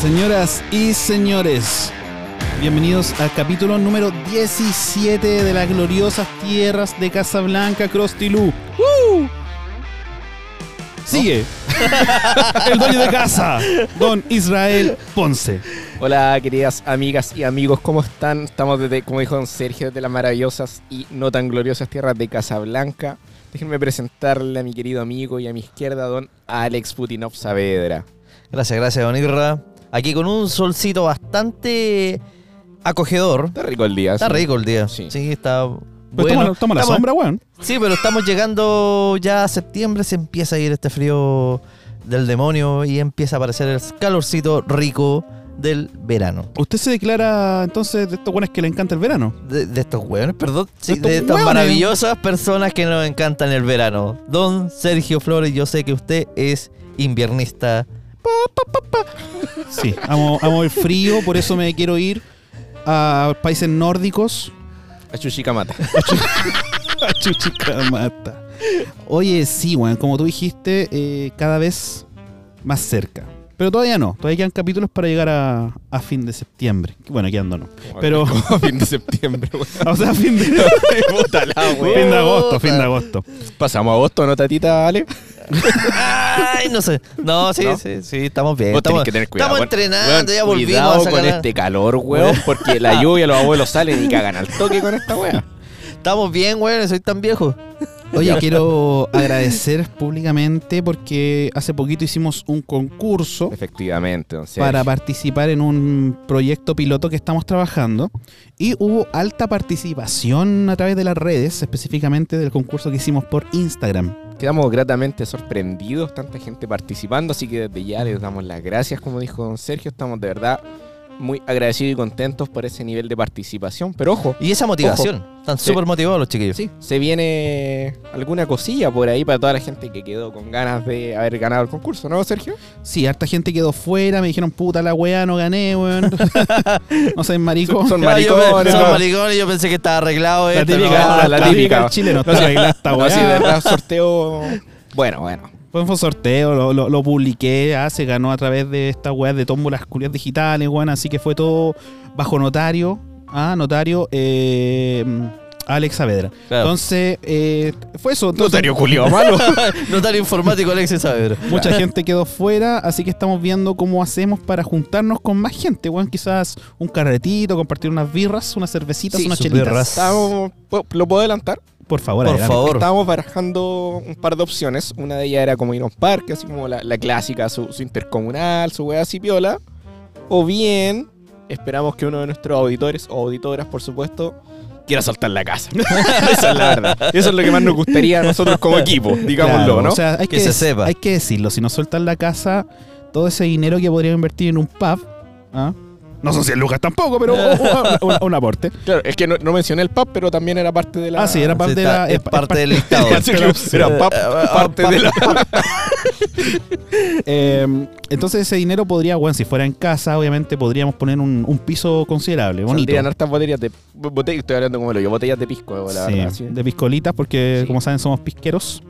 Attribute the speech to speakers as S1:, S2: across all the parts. S1: Señoras y señores, bienvenidos al capítulo número 17 de las gloriosas tierras de Casablanca, Crostilú. ¡Woo! Sigue el dueño de casa, don Israel Ponce.
S2: Hola, queridas amigas y amigos, ¿cómo están? Estamos desde, como dijo don Sergio, desde las maravillosas y no tan gloriosas tierras de Casablanca. Déjenme presentarle a mi querido amigo y a mi izquierda, don Alex Putinov Saavedra.
S3: Gracias, gracias, Don Irra. Aquí con un solcito bastante acogedor.
S2: Está rico el día.
S3: Está
S2: sí.
S3: rico el día.
S2: Sí.
S3: Sí, está.
S1: Pues estamos,
S3: bueno.
S1: estamos en la
S3: Estamos-
S1: sombra, weón.
S3: Sí, pero estamos llegando ya a septiembre, se empieza a ir este frío del demonio y empieza a aparecer el calorcito rico del verano.
S1: Usted se declara entonces de estos weones que le encanta el verano.
S3: De, de estos hueones, perdón. Sí,
S1: De estos
S3: de estas
S1: hueones.
S3: maravillosas personas que nos encantan el verano. Don Sergio Flores, yo sé que usted es inviernista.
S1: Sí, amo, amo el frío, por eso me quiero ir a países nórdicos.
S2: A Chuchicamata.
S1: Chuchicamata. Oye, sí, weón, como tú dijiste, eh, cada vez más cerca. Pero todavía no, todavía quedan capítulos para llegar a, a fin de septiembre. Bueno, quedando no. Pero-
S2: Como a fin de septiembre, weón.
S1: O sea, a fin de,
S2: Puta la
S1: fin de
S2: weón.
S1: agosto, fin de agosto.
S2: Pasamos a agosto, ¿no, tatita, Ale?
S3: Ay, no sé. No, sí,
S2: ¿No?
S3: sí, sí, estamos bien.
S2: Vos
S3: Eh,
S2: tenés
S3: estamos,
S2: que tener cuidado.
S3: estamos
S2: weón.
S3: entrenando,
S2: Weón,
S3: ya volvimos
S2: Cuidado
S3: a sacar
S2: con
S3: la-
S2: este calor, weón, porque la lluvia, los abuelos salen y cagan al toque con esta weá.
S3: Estamos bien, güey, soy tan viejo.
S1: Oye, quiero agradecer públicamente porque hace poquito hicimos un concurso
S2: Efectivamente, don Sergio.
S1: para participar en un proyecto piloto que estamos trabajando y hubo alta participación a través de las redes, específicamente del concurso que hicimos por Instagram.
S2: Quedamos gratamente sorprendidos, tanta gente participando, así que desde ya les damos las gracias, como dijo don Sergio, estamos de verdad muy agradecidos y contentos por ese nivel de participación, pero ojo,
S3: Y esa motivación. Están
S2: Sí.
S3: súper motivados los chiquillos.
S2: sí, se viene alguna cosilla por ahí para toda la gente que quedó con ganas de haber ganado el concurso, ¿no, Sergio?
S1: Sí, harta gente quedó fuera, me dijeron, puta la weá, no gané, weón. no soy marico.
S2: Son, son
S3: Ah, yo pe-
S2: maricones,
S3: son
S2: ¿no?
S3: maricones, yo pensé que estaba arreglado
S1: La
S3: esto,
S1: típica,
S2: no,
S1: la
S2: la
S1: típica
S2: típica.
S1: del chileno,
S2: No
S1: está
S2: sé.
S1: arreglada esta
S2: No,
S1: weá.
S2: sí, de verdad, sorteo... Bueno, bueno.
S1: Fue un sorteo, lo, lo- lo publiqué, ah, se ganó a través de esta weá de tómbolas culias digitales, weón. Así que fue todo bajo notario. Ah, notario, eh, Alex Saavedra.
S3: no. Claro.
S1: Entonces, eh, fue eso. Entonces,
S2: Notario Julio Malo.
S3: Notario informático Alexis Saavedra.
S1: Mucha gente quedó fuera, así que estamos viendo cómo hacemos para juntarnos con más gente, weón. Quizás un carretito, compartir unas birras, unas cervecitas,
S2: Sí,
S1: unas
S3: sus
S1: chelitas.
S3: birras.
S2: Estábamos- ¿puedo- ¿Lo puedo adelantar?
S1: Por favor,
S3: Por
S1: adelante.
S3: favor.
S2: Estábamos barajando un par de opciones. Una de ellas era como ir a un parque, así como la, la clásica, su, su intercomunal, su wea así piola. O bien, esperamos que uno de nuestros auditores o auditoras, por supuesto, quiera saltar la casa. Esa es la verdad. Eso es lo que más nos gustaría a nosotros como equipo, digámoslo,
S1: Claro,
S2: ¿no?
S1: O sea, hay que,
S3: Que se
S1: dec-
S3: sepa.
S1: Hay que decirlo. Si nos sueltan la casa, todo ese dinero que podríamos invertir en un pub. ¿ah? No son 100 lucas tampoco, pero un, un- un- un aporte.
S2: claro, es que no, no mencioné el pub, pero también era parte de la.
S1: Ah, sí, Eh, era parte
S3: Sí,
S1: de
S3: está-
S1: la.
S3: es parte del estado.
S2: Así que era pub, parte de la.
S1: Eh, entonces ese dinero podría, bueno, si fuera en casa, obviamente podríamos poner un, un piso considerable, bonito.
S2: Saldrían hartas botellas de. botellas- estoy hablando como lo yo, botellas de pisco, la
S1: Sí,
S2: verdad. sí.
S1: de piscolitas, porque
S2: Sí.
S1: como saben somos pisqueros.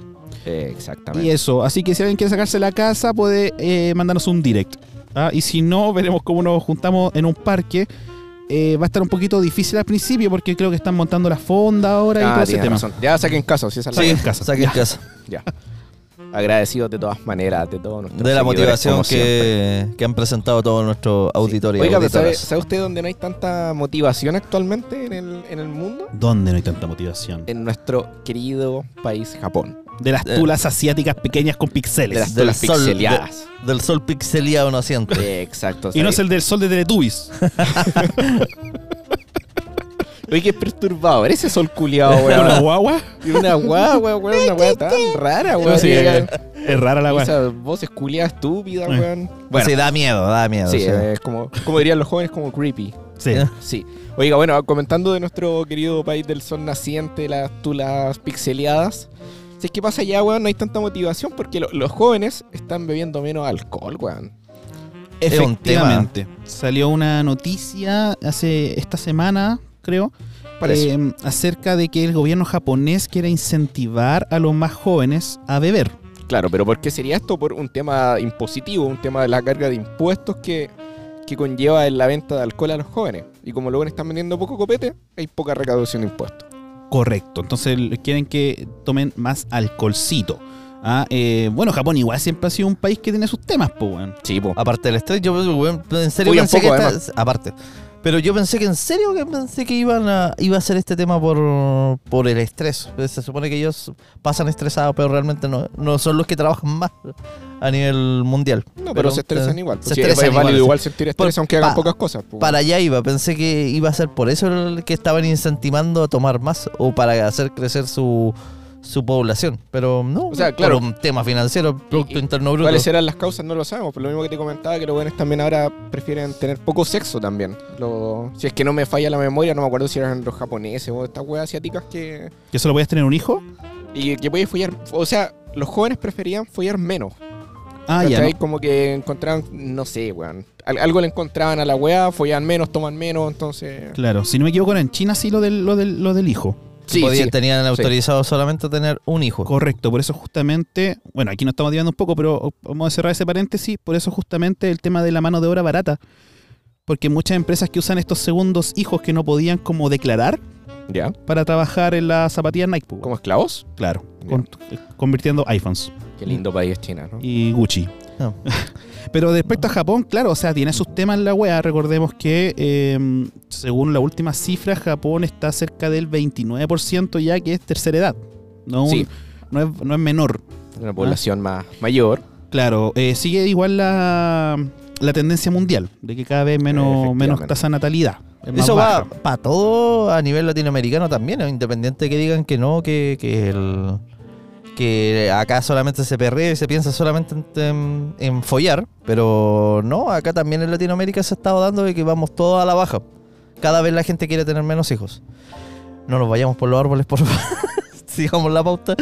S2: Eh,
S1: Y
S2: exactamente.
S1: eso, así que si alguien quiere sacarse la casa, puede eh, mandarnos un direct. ¿ah? Y si no, veremos cómo nos juntamos en un parque. Eh, va a estar un poquito difícil al principio porque creo que están montando la fonda ahora y
S2: Ah,
S1: todo ese
S2: tienes
S1: tema.
S2: razón. Ya saquen caso, si esa es la
S3: Sí,
S2: wea.
S1: casa.
S3: saquen casa.
S2: Ya. Agradecidos de todas maneras, de todos nuestros
S3: De la
S2: seguidores,
S3: motivación
S2: como siempre.
S3: que, que han presentado todos nuestros auditores y
S2: Oiga, pero ¿sabe,
S3: auditoras.
S2: sabe usted dónde no hay tanta motivación actualmente en el, en el mundo?
S1: ¿Dónde no hay tanta motivación?
S2: En nuestro querido país, Japón.
S1: De las
S3: Eh.
S1: tulas asiáticas pequeñas con
S2: De las
S1: pixeles.
S3: Del
S2: telas
S3: sol,
S2: pixeleadas.
S3: Del sol pixeliado no siente.
S2: Sí, exacto.
S1: Y no es
S2: ¿sabe?
S1: el del sol de Teletubbies.
S2: Oye, qué perturbador. Ese sol culiado,
S1: Una
S2: weón.
S1: guagua.
S2: y una guagua, weón. Una weá tan rara, weón.
S1: No, sí,
S2: Llega-
S1: Es rara la guagua.
S2: Esas voces culiadas estúpidas,
S1: Eh.
S2: weón. Bueno,
S3: Sí, da miedo, da miedo.
S2: sí,
S3: sí.
S2: es como, como dirían los jóvenes, como creepy.
S1: Sí.
S3: Eh.
S2: Sí. Oiga, bueno, comentando de nuestro querido país del sol naciente, las tulas pixeleadas. Si es que pasa allá, weón, no hay tanta motivación porque lo- los jóvenes están bebiendo menos alcohol, weón.
S3: Es un tema.
S1: Efectivamente. Salió una noticia hace esta semana, creo,
S2: Parece.
S1: eh, acerca de que el gobierno japonés quiere incentivar a los más jóvenes a beber.
S2: Claro, pero ¿por qué sería esto? Por un tema impositivo, un tema de la carga de impuestos que que conlleva en la venta de alcohol a los jóvenes. Y como luego están vendiendo poco copete, hay poca recaudación de impuestos.
S1: Correcto. Entonces l- quieren que tomen más alcoholcito. Ah, eh, bueno, Japón igual siempre ha sido un país que tiene sus temas, pues, weón.
S2: Sí, po.
S3: Aparte del estrés, yo weón, en serio
S2: Uy,
S3: pensé
S2: un poco,
S3: que esta- aparte. Pero yo pensé que en serio que pensé que iban a, iba a ser este tema por, por el estrés. Se supone que ellos pasan estresados, pero realmente no, no son los que trabajan más a nivel mundial.
S2: No, pero,
S3: Pero
S2: se estresan
S3: te-
S2: igual. pues
S3: se
S2: sí,
S3: estresan
S2: es válido
S3: igual,
S2: igual,
S3: sí.
S2: sentir estrés,
S3: Pa-
S2: aunque hagan
S3: pa-
S2: pocas cosas. po.
S3: Para allá iba, pensé que iba a ser por eso el que estaban incentivando a tomar más o para hacer crecer su, su población. Pero no,
S2: O sea, claro.
S3: por un tema financiero, Producto
S2: Y- y-
S3: Interno Bruto.
S2: ¿Cuáles serán las causas? No lo sabemos. Por lo mismo que te comentaba, que los jóvenes también ahora prefieren tener poco sexo también. Lo- si es que no me falla la memoria, no me acuerdo si eran los japoneses o estas weas asiáticas que...
S1: ¿Que solo podías tener un hijo?
S2: Y que podías follar... O sea, los jóvenes preferían follar menos.
S1: Ah, ya.
S2: ¿Cachai?
S1: no.
S2: Como que encontraban, no sé, weón. Al- Algo le encontraban a la wea, follaban menos, toman menos, entonces...
S1: Claro. Si no me equivoco, era en China sí lo del, lo del, lo del hijo.
S3: que podían- tenían autorizado solamente tener un hijo.
S1: Correcto, por eso justamente, bueno, aquí nos estamos desviando un poco, pero vamos a cerrar ese paréntesis, por eso justamente el tema de la mano de obra barata, porque muchas empresas que usan estos segundos hijos que no podían como declarar
S2: ¿Ya?
S1: para trabajar en la zapatilla Nike, pues,
S2: ¿Como esclavos?
S1: claro, con- eh, convirtiendo iPhones
S2: Qué lindo país China, ¿no?
S1: y Gucci.
S3: No.
S1: Pero respecto a Japón, claro, o sea, tiene sus temas la wea. Recordemos que, eh, según la última cifra, Japón está cerca del 29% ya que es tercera edad. No, un-
S2: Sí.
S1: no es- no es menor.
S2: Una población más mayor.
S1: Claro, eh, sigue igual la, la tendencia mundial, de que cada vez menos,
S2: Eh, Efectivamente.
S1: menos tasa de natalidad. es más
S3: Eso va
S1: baja.
S3: para todo a nivel latinoamericano también, ¿no? independiente que digan que no, que, que, el- que acá solamente se perrea y se piensa solamente en, en- en follar, pero no, acá también en Latinoamérica se ha estado dando de que vamos todo a la baja. Cada vez la gente quiere tener menos hijos. No nos vayamos por los árboles, por favor. Sigamos la pauta.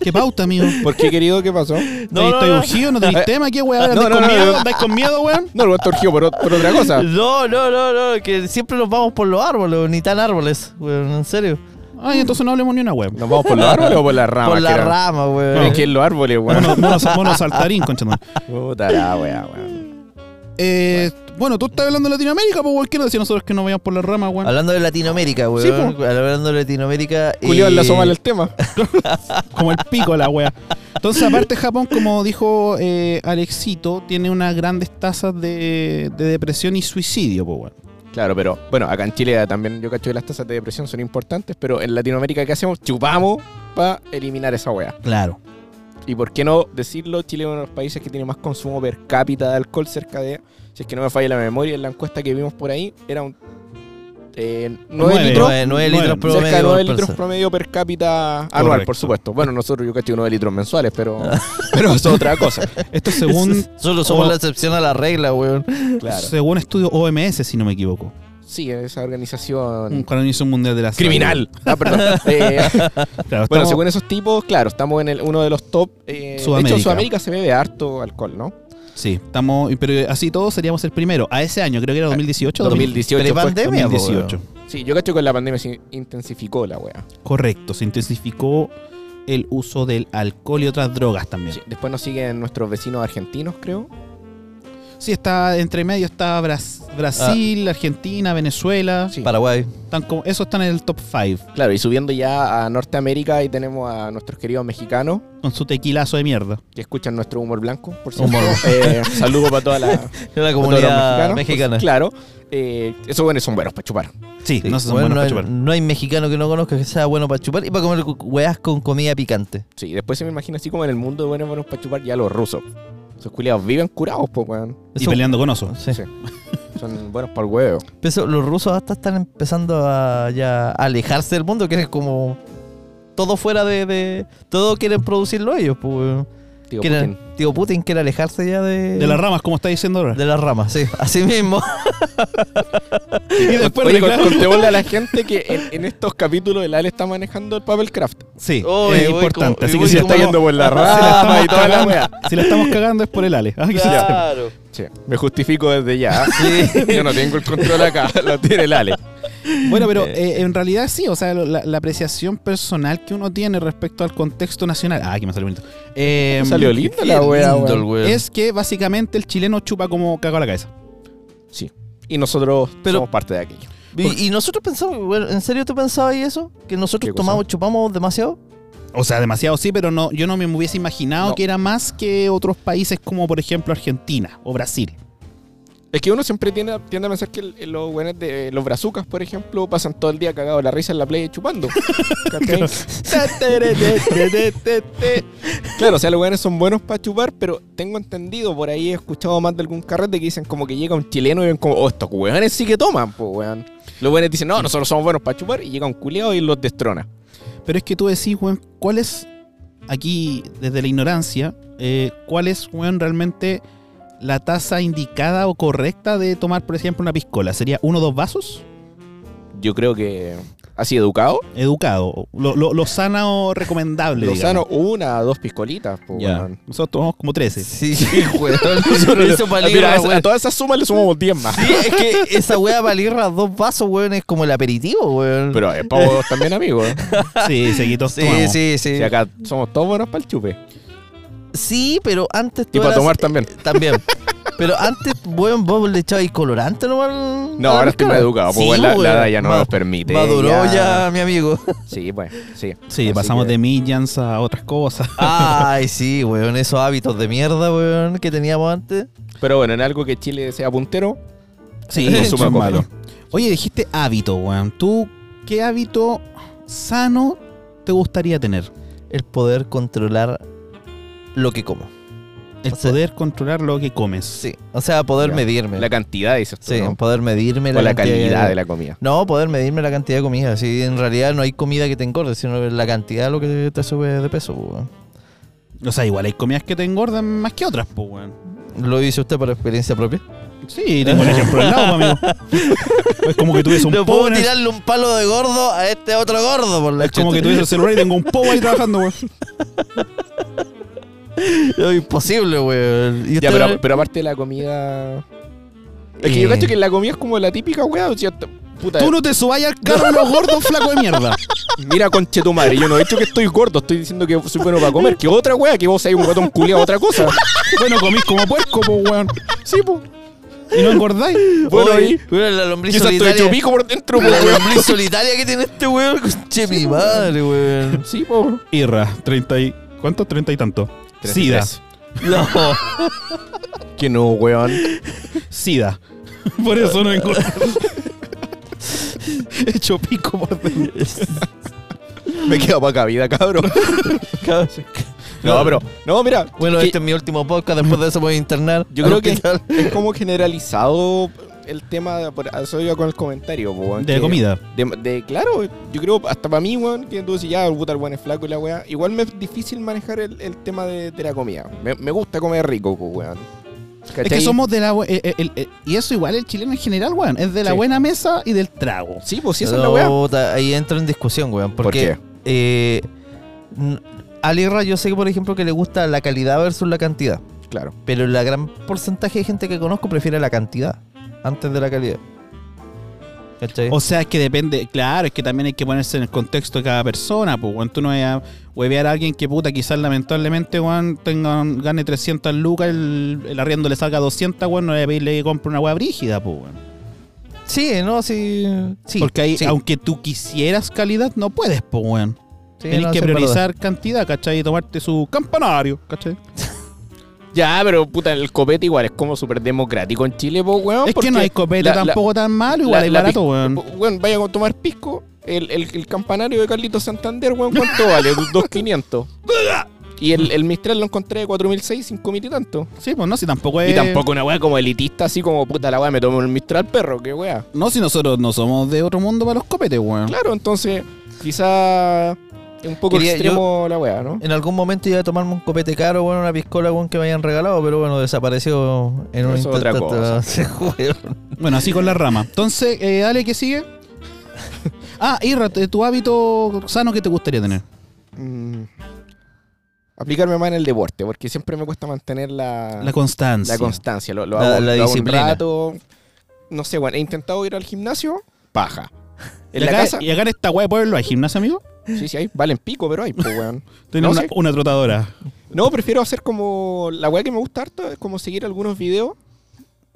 S1: ¿Qué pauta, amigo?
S2: ¿Por qué, querido? ¿Qué pasó?
S1: No,
S3: No, no,
S1: estoy
S3: no.
S1: urgido, no tenéis tema, ¿qué weón?
S2: No,
S1: ¿Andáis
S2: no,
S1: con
S2: no,
S1: miedo?
S2: no.
S1: ¿Andáis con miedo, weón?
S2: No, lo torgido por, ot- por otra cosa.
S3: No, no, no, no, que siempre nos vamos por los árboles, ni tan árboles, weón, en serio.
S1: Ay, entonces no hablemos ni una weón.
S2: ¿Nos vamos por los árboles o por las ramas?
S3: por la
S2: Ah, que eran?
S3: rama, weón.
S2: Es que en los árboles, weón.
S1: Mono, mono, mono saltarín, concha madre.
S2: Puta la wea, weón.
S1: Eh, bueno, tú estás hablando de Latinoamérica, pues, weón. ¿Qué nos decía nosotros que no veíamos por las ramas, weón?
S3: Hablando de Latinoamérica, weón.
S2: Sí, po.
S3: Hablando de Latinoamérica.
S2: Julián,
S3: eh,
S2: la soma el tema.
S1: Como el pico a la wea. Entonces, aparte, Japón, como dijo eh, Alexito, tiene unas grandes tasas de, de depresión y suicidio, pues, weón.
S2: Claro, pero bueno, acá en Chile también yo cacho que las tasas de depresión son importantes, pero en Latinoamérica, ¿qué hacemos? Chupamos para eliminar esa wea.
S1: Claro.
S2: Y por qué no decirlo, Chile es uno de los países que tiene más consumo per cápita de alcohol, cerca de, si es que no me falla la memoria, en la encuesta que vimos por ahí, era un eh, 9,
S1: Nueve,
S2: litros.
S3: nueve- nueve
S1: Nueve,
S3: litros
S2: Cerca
S3: promedio
S2: de 9
S3: por
S2: litros
S3: persona.
S2: promedio per cápita anual,
S1: Correcto.
S2: por supuesto. Bueno, nosotros yo cacho 9 litros mensuales, pero, pero eso es otra cosa.
S1: Esto según
S3: Solo somos
S1: o-
S3: la excepción a la regla, weón.
S2: Claro.
S1: Según estudio OMS, si no me equivoco.
S2: Sí, esa
S1: Un
S2: organización
S1: organización mundial de la Salud.
S2: criminal. Ah, perdón. Eh,
S1: Claro,
S2: Bueno,
S1: estamos-
S2: según esos tipos, claro, estamos en el, uno de los top. eh, De
S1: Sudamérica.
S2: hecho, en Sudamérica se bebe harto alcohol, ¿no?
S1: Sí, estamos. Pero eh, así todos seríamos el primero. A ese año, creo que era 2018.
S2: 2018. fue.
S3: Prepandemia.
S1: 2018.
S2: Sí, yo cacho que con la pandemia se intensificó la wea.
S1: Correcto, se intensificó el uso del alcohol y otras drogas también.
S2: Sí,
S1: Sí,
S2: después nos siguen nuestros vecinos argentinos, creo.
S1: está entre medio está Bras- Brasil, Argentina, Venezuela.
S2: Sí.
S3: Paraguay.
S1: Están como- eso está en el top 5
S2: Claro, y subiendo ya a Norteamérica, y tenemos a nuestros queridos mexicanos
S1: con su tequilazo de mierda.
S2: que escuchan nuestro humor blanco, por cierto. Eh, saludo para toda la, para todos
S3: La
S2: los
S3: comunidad
S2: mexicanos.
S3: mexicana.
S2: Claro. Eh, esos buenos son buenos para chupar.
S1: Sí,
S3: Sí,
S1: no se son buenos
S3: weón, no,
S1: para
S3: hay,
S1: chupar.
S3: no hay mexicano que no conozca que sea bueno para chupar y para comer cu- weas con comida picante.
S2: Sí, después se me imagina así como en el mundo de buenos, buenos para chupar ya los rusos. Esos culiados viven curados, pues, weón.
S1: Y
S3: Eso-
S1: peleando con oso.
S3: Sí.
S2: Sí. Son buenos para el huevo.
S3: Eso, los rusos hasta están empezando a ya alejarse del mundo, que es como todo fuera de, de- todo quieren producirlo ellos, pues. weón.
S2: Tío
S3: Quieren-
S2: Putin.
S3: Tío Putin quiere alejarse ya de
S1: De las ramas, como está diciendo ahora.
S3: de las ramas, sí, así mismo.
S1: y después
S2: Oye, con-
S1: reclama-
S2: contémosle a la gente que en, en estos capítulos el Ale está manejando el papel craft.
S1: Sí,
S3: Oye,
S1: es
S3: voy
S1: importante.
S3: como-
S1: así que
S3: voy
S1: si
S3: como-
S1: está yendo-
S2: por la
S1: Ah, Si la
S2: rama
S1: estamos cagando- si la estamos cagando es por el Ale. Ah, que sí.
S2: Sí, me justifico desde ya.
S3: Sí.
S2: Yo no tengo el control acá, lo tiene el Ale.
S1: Bueno, pero eh, en realidad sí, o sea, lo- la, la apreciación personal que uno tiene respecto al contexto nacional. Ah, que me salió bonito. Eh,
S2: Salió Em, lindo la wea,
S3: Lindo el
S2: weón.
S3: weón.
S1: Es que básicamente el chileno chupa como cago a la cabeza.
S2: Y nosotros
S3: Pero-
S2: somos parte de aquello.
S3: Y, y nosotros pensamos, bueno, ¿en serio tú pensabas y eso? ¿Que nosotros
S2: ¿Qué cosa?
S3: tomamos, chupamos demasiado?
S1: O sea, demasiado sí, pero no, yo no me hubiese imaginado
S2: No.
S1: que era más que otros países como por ejemplo Argentina o Brasil.
S2: Es que uno siempre tiende, a- tiende a pensar que el- los buenos de los brazucas, por ejemplo, pasan todo el día cagados la risa en la playa y chupando. ¿Cachai? claro, o sea, los buenos son buenos para chupar, pero tengo entendido, por ahí he escuchado más de algún carrete que dicen como que llega un chileno y ven como, oh, estos hueones sí que toman, pues weón. Los buenos dicen, no, nosotros somos buenos para chupar, y llega un culiao y los destrona.
S1: Pero es que tú decís, weón, ¿cuál es aquí, desde la ignorancia, eh, cuál es, weón, realmente la tasa indicada o correcta de tomar, por ejemplo, una piscola? ¿Sería uno o dos vasos?
S2: Yo creo que así educado,
S1: Educado, lo, lo, lo sano recomendable.
S2: lo
S1: digamos.
S2: sano, una, dos piscolitas, pues
S1: Ya.
S2: weón.
S1: Nosotros tomamos como 13.
S3: Sí, weón. Eso
S2: Ah,
S3: palirra,
S2: Mira, a, esa-
S3: weón.
S2: a todas esas sumas le sumamos 10 más.
S3: Sí, es que esa wea palirra dos vasos, weón, es como el aperitivo, weón.
S2: Pero es para vos también, amigo.
S1: Sí, seguitos
S3: sí,
S1: tomamos.
S3: sí, sí.
S2: Si acá somos todos buenos para el chupe.
S3: Sí, pero antes
S2: Y
S3: tú
S2: para
S3: eras-
S2: tomar también.
S3: eh, También. Pero antes, weón, vos le echabais colorante nomás. al-
S2: No,
S3: a la
S2: ahora estoy
S3: mezcla.
S2: más educado. Pues
S3: Sí,
S2: bueno, la- la
S3: weón.
S2: edad ya no
S3: Ma-
S2: nos permite.
S3: Maduró ya, mi amigo.
S2: Sí, pues, sí.
S1: Sí,
S2: Así
S1: pasamos
S2: que-
S1: de Millans a otras cosas.
S3: Ay, sí, weón, esos hábitos de mierda, weón, que teníamos antes.
S2: Pero bueno, en algo que Chile sea puntero,
S1: Sí,
S2: No
S1: eso
S2: suma
S1: es
S2: con
S1: malo.
S2: uno.
S1: Oye, dijiste hábito, weón. ¿Tú qué hábito sano te gustaría tener?
S3: El poder controlar lo que como.
S1: El
S3: O sea-
S1: poder controlar lo que comes.
S3: Sí, o sea, poder
S2: Ya.
S3: medirme.
S2: la cantidad, dices tú,
S3: sí,
S2: ¿no?
S3: poder medirme
S2: O la
S3: cantidad
S2: calidad de la comida.
S3: No, poder medirme la cantidad de comida. Si en realidad no hay comida que te engorde, sino la cantidad lo que te sube de peso, weón.
S1: O sea, igual hay comidas que te engordan más que otras, pues, weón.
S3: ¿Lo dice usted por experiencia propia?
S1: Sí, tengo el ejemplo al lado, amigo. Es como que tuviese un
S3: No
S1: pobre.
S3: puedo tirarle un palo de gordo a este otro gordo, por la
S1: Es como que
S3: chucha.
S1: tuviese el celular y tengo un pobre ahí trabajando, weón.
S3: Es imposible, weón. Y
S2: Ya,
S3: usted-
S2: pero, pero aparte de la comida. Es que yo
S3: Eh.
S2: cacho que la comida es como la típica weá, o sea, t- puta.
S1: Tú no te subáis al carro de los gordos, flaco de mierda.
S2: Mira, conche tu madre, yo no he dicho que estoy gordo, estoy diciendo que soy bueno para comer. Que otra weá, que vos seas un guatón culiado, otra cosa.
S1: Bueno, comís como puerco, pues, weón.
S2: Sí, pues.
S1: Y no engordáis.
S2: Bueno,
S3: Oye,
S2: ahí.
S3: weón, la lombriz
S2: Quizás estoy hecho
S3: solitaria.
S2: pico por dentro, po,
S3: La
S2: weón.
S3: lombriz solitaria que tiene este weón. Che, mi madre, weón.
S2: Sí, po.
S1: Irra, treinta y... ¿Cuánto? Treinta y tanto. Sida.
S2: 33.
S3: No.
S2: Que no, weón.
S1: Sida. Por eso no engordo. Hecho pico por dentro.
S2: Me quedo poca vida, cabrón. No, pero. No, mira.
S3: Bueno,
S2: que
S3: este es mi último podcast. Después de eso voy a internar.
S2: Yo
S3: al
S2: creo que
S3: hospital.
S2: es como generalizado el tema. de- por eso iba con el comentario, po, weón,
S1: De
S2: que-
S1: comida.
S2: De, de- claro, yo creo, hasta para mí, weón, que tú decís, ya, el puta, el weón es flaco y la weá. Igual me es difícil manejar el, el tema de, de la comida. Me, me gusta comer rico, po, weón.
S1: Es que somos de la. bu- eh, eh, el- eh, y eso igual el chileno en general, weón. Es de la
S2: Sí.
S1: buena mesa y del trago.
S2: Sí, pues sí, esa es la
S3: No,
S2: weá.
S3: puta, ahí entra en discusión, weón. Porque eh, n- a Lirra yo sé que, por ejemplo, que le gusta la calidad versus la cantidad.
S2: Claro.
S3: Pero la gran porcentaje de gente que conozco prefiere la cantidad antes de la calidad. ¿Cachai?
S1: O sea, es que depende. Claro, es que también hay que ponerse en el contexto de cada persona, pues, weón. Tú no vas a huevear a alguien que, puta, quizás lamentablemente, weón, tenga, gane 300 lucas, el, el arriendo le salga 200, weón, no le voy a pedirle que compre una weá brígida, pues, weón.
S3: sí, no, sí. sí
S1: Porque ahí,
S3: sí,
S1: aunque tú quisieras calidad, no puedes, pues, weón.
S3: sí,
S1: Tienes
S3: no,
S1: que
S3: sí, es verdad.
S1: priorizar cantidad, ¿cachai? Y tomarte su campanario, ¿cachai?
S2: Ya, pero puta, el copete igual es como súper democrático en Chile, po, weón.
S1: es que no
S2: porque
S1: hay copete
S2: la- la-
S1: tampoco tan malo, igual
S2: la-
S1: hay
S2: la
S1: barato,
S2: pis-
S1: weón.
S2: po- weón, vaya a tomar pisco. El, el, el campanario de Carlitos Santander, weón, ¿cuánto vale? 2.500. Y el, el Mistral lo encontré de 4.600, 5.000 y tanto.
S1: Sí, pues no, si tampoco es.
S2: Y tampoco una weá como elitista, así como puta la weá, me tomo un Mistral perro, qué weá.
S1: No, si nosotros no somos de otro mundo para los copetes, weón.
S2: Claro, entonces, quizá es un poco
S3: Quería-
S2: extremo la weá, ¿no?
S3: En algún momento iba a tomarme un copete caro, bueno, una piscola, bueno, que me hayan regalado, pero bueno, desapareció en un
S2: Eso es otra cosa.
S3: Sí, weón.
S1: Bueno, así con la rama. Entonces, eh, dale, ¿qué sigue? Ah, Irra, te- tu hábito sano que te gustaría tener.
S2: Mm. Aplicarme más en el deporte, porque siempre me cuesta mantener la,
S1: La constancia.
S2: Ah, la constancia. Lo, lo
S3: La-
S2: hago,
S3: la
S2: lo hago
S3: disciplina.
S2: un rato. No sé, bueno, he intentado ir al gimnasio, paja.
S1: y,
S2: En la
S1: acá,
S2: casa,
S1: y acá en esta weá de pueblo hay gimnasio, amigo.
S2: sí, sí, hay, valen pico, pero hay, pues, weón.
S1: Tiene
S2: No,
S1: una,
S2: sí.
S1: una trotadora.
S2: No, prefiero hacer como. La weá que me gusta harto es como seguir algunos videos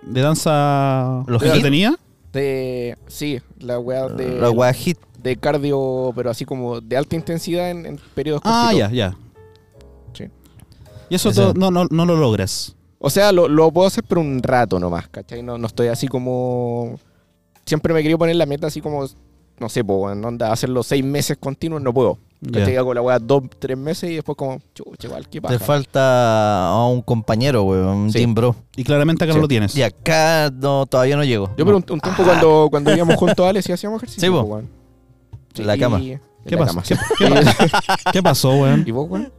S1: de danza
S3: ¿Los
S1: que la
S3: hit?
S1: tenía.
S2: De, sí, la weá de,
S3: Ah, La wea hit.
S2: de cardio, pero así como de alta intensidad en, en periodos
S1: Ah,
S2: cortitos.
S1: ya, ya.
S2: Sí.
S1: Y eso
S3: Ese-
S1: todo- no, no, no lo logras.
S2: O sea, lo, lo puedo hacer por un rato nomás, ¿cachai? No, no estoy así como... Siempre me quería poner la meta así como, no sé, po, en onda, hacerlo seis meses continuos no puedo.
S1: Ya.
S2: ¿Cachai? Hago la weá dos, tres meses y después como, chucha, igual, qué
S3: Te
S2: pasa.
S3: falta a un compañero, weón. Un
S2: Sí.
S3: Jim Bro.
S1: Y claramente acá
S2: Sí.
S1: no lo tienes.
S3: Y acá no, todavía no llego.
S2: Yo
S3: No.
S2: por un, un tiempo cuando, cuando íbamos juntos a Alex y hacíamos ejercicio,
S3: Sí, po.
S2: po, weón.
S3: En la cama.
S2: y- en
S1: ¿Qué
S2: la
S1: pasó?
S2: cama.
S1: ¿Qué, qué- qué pasó, weón?
S2: ¿Y vos, weón?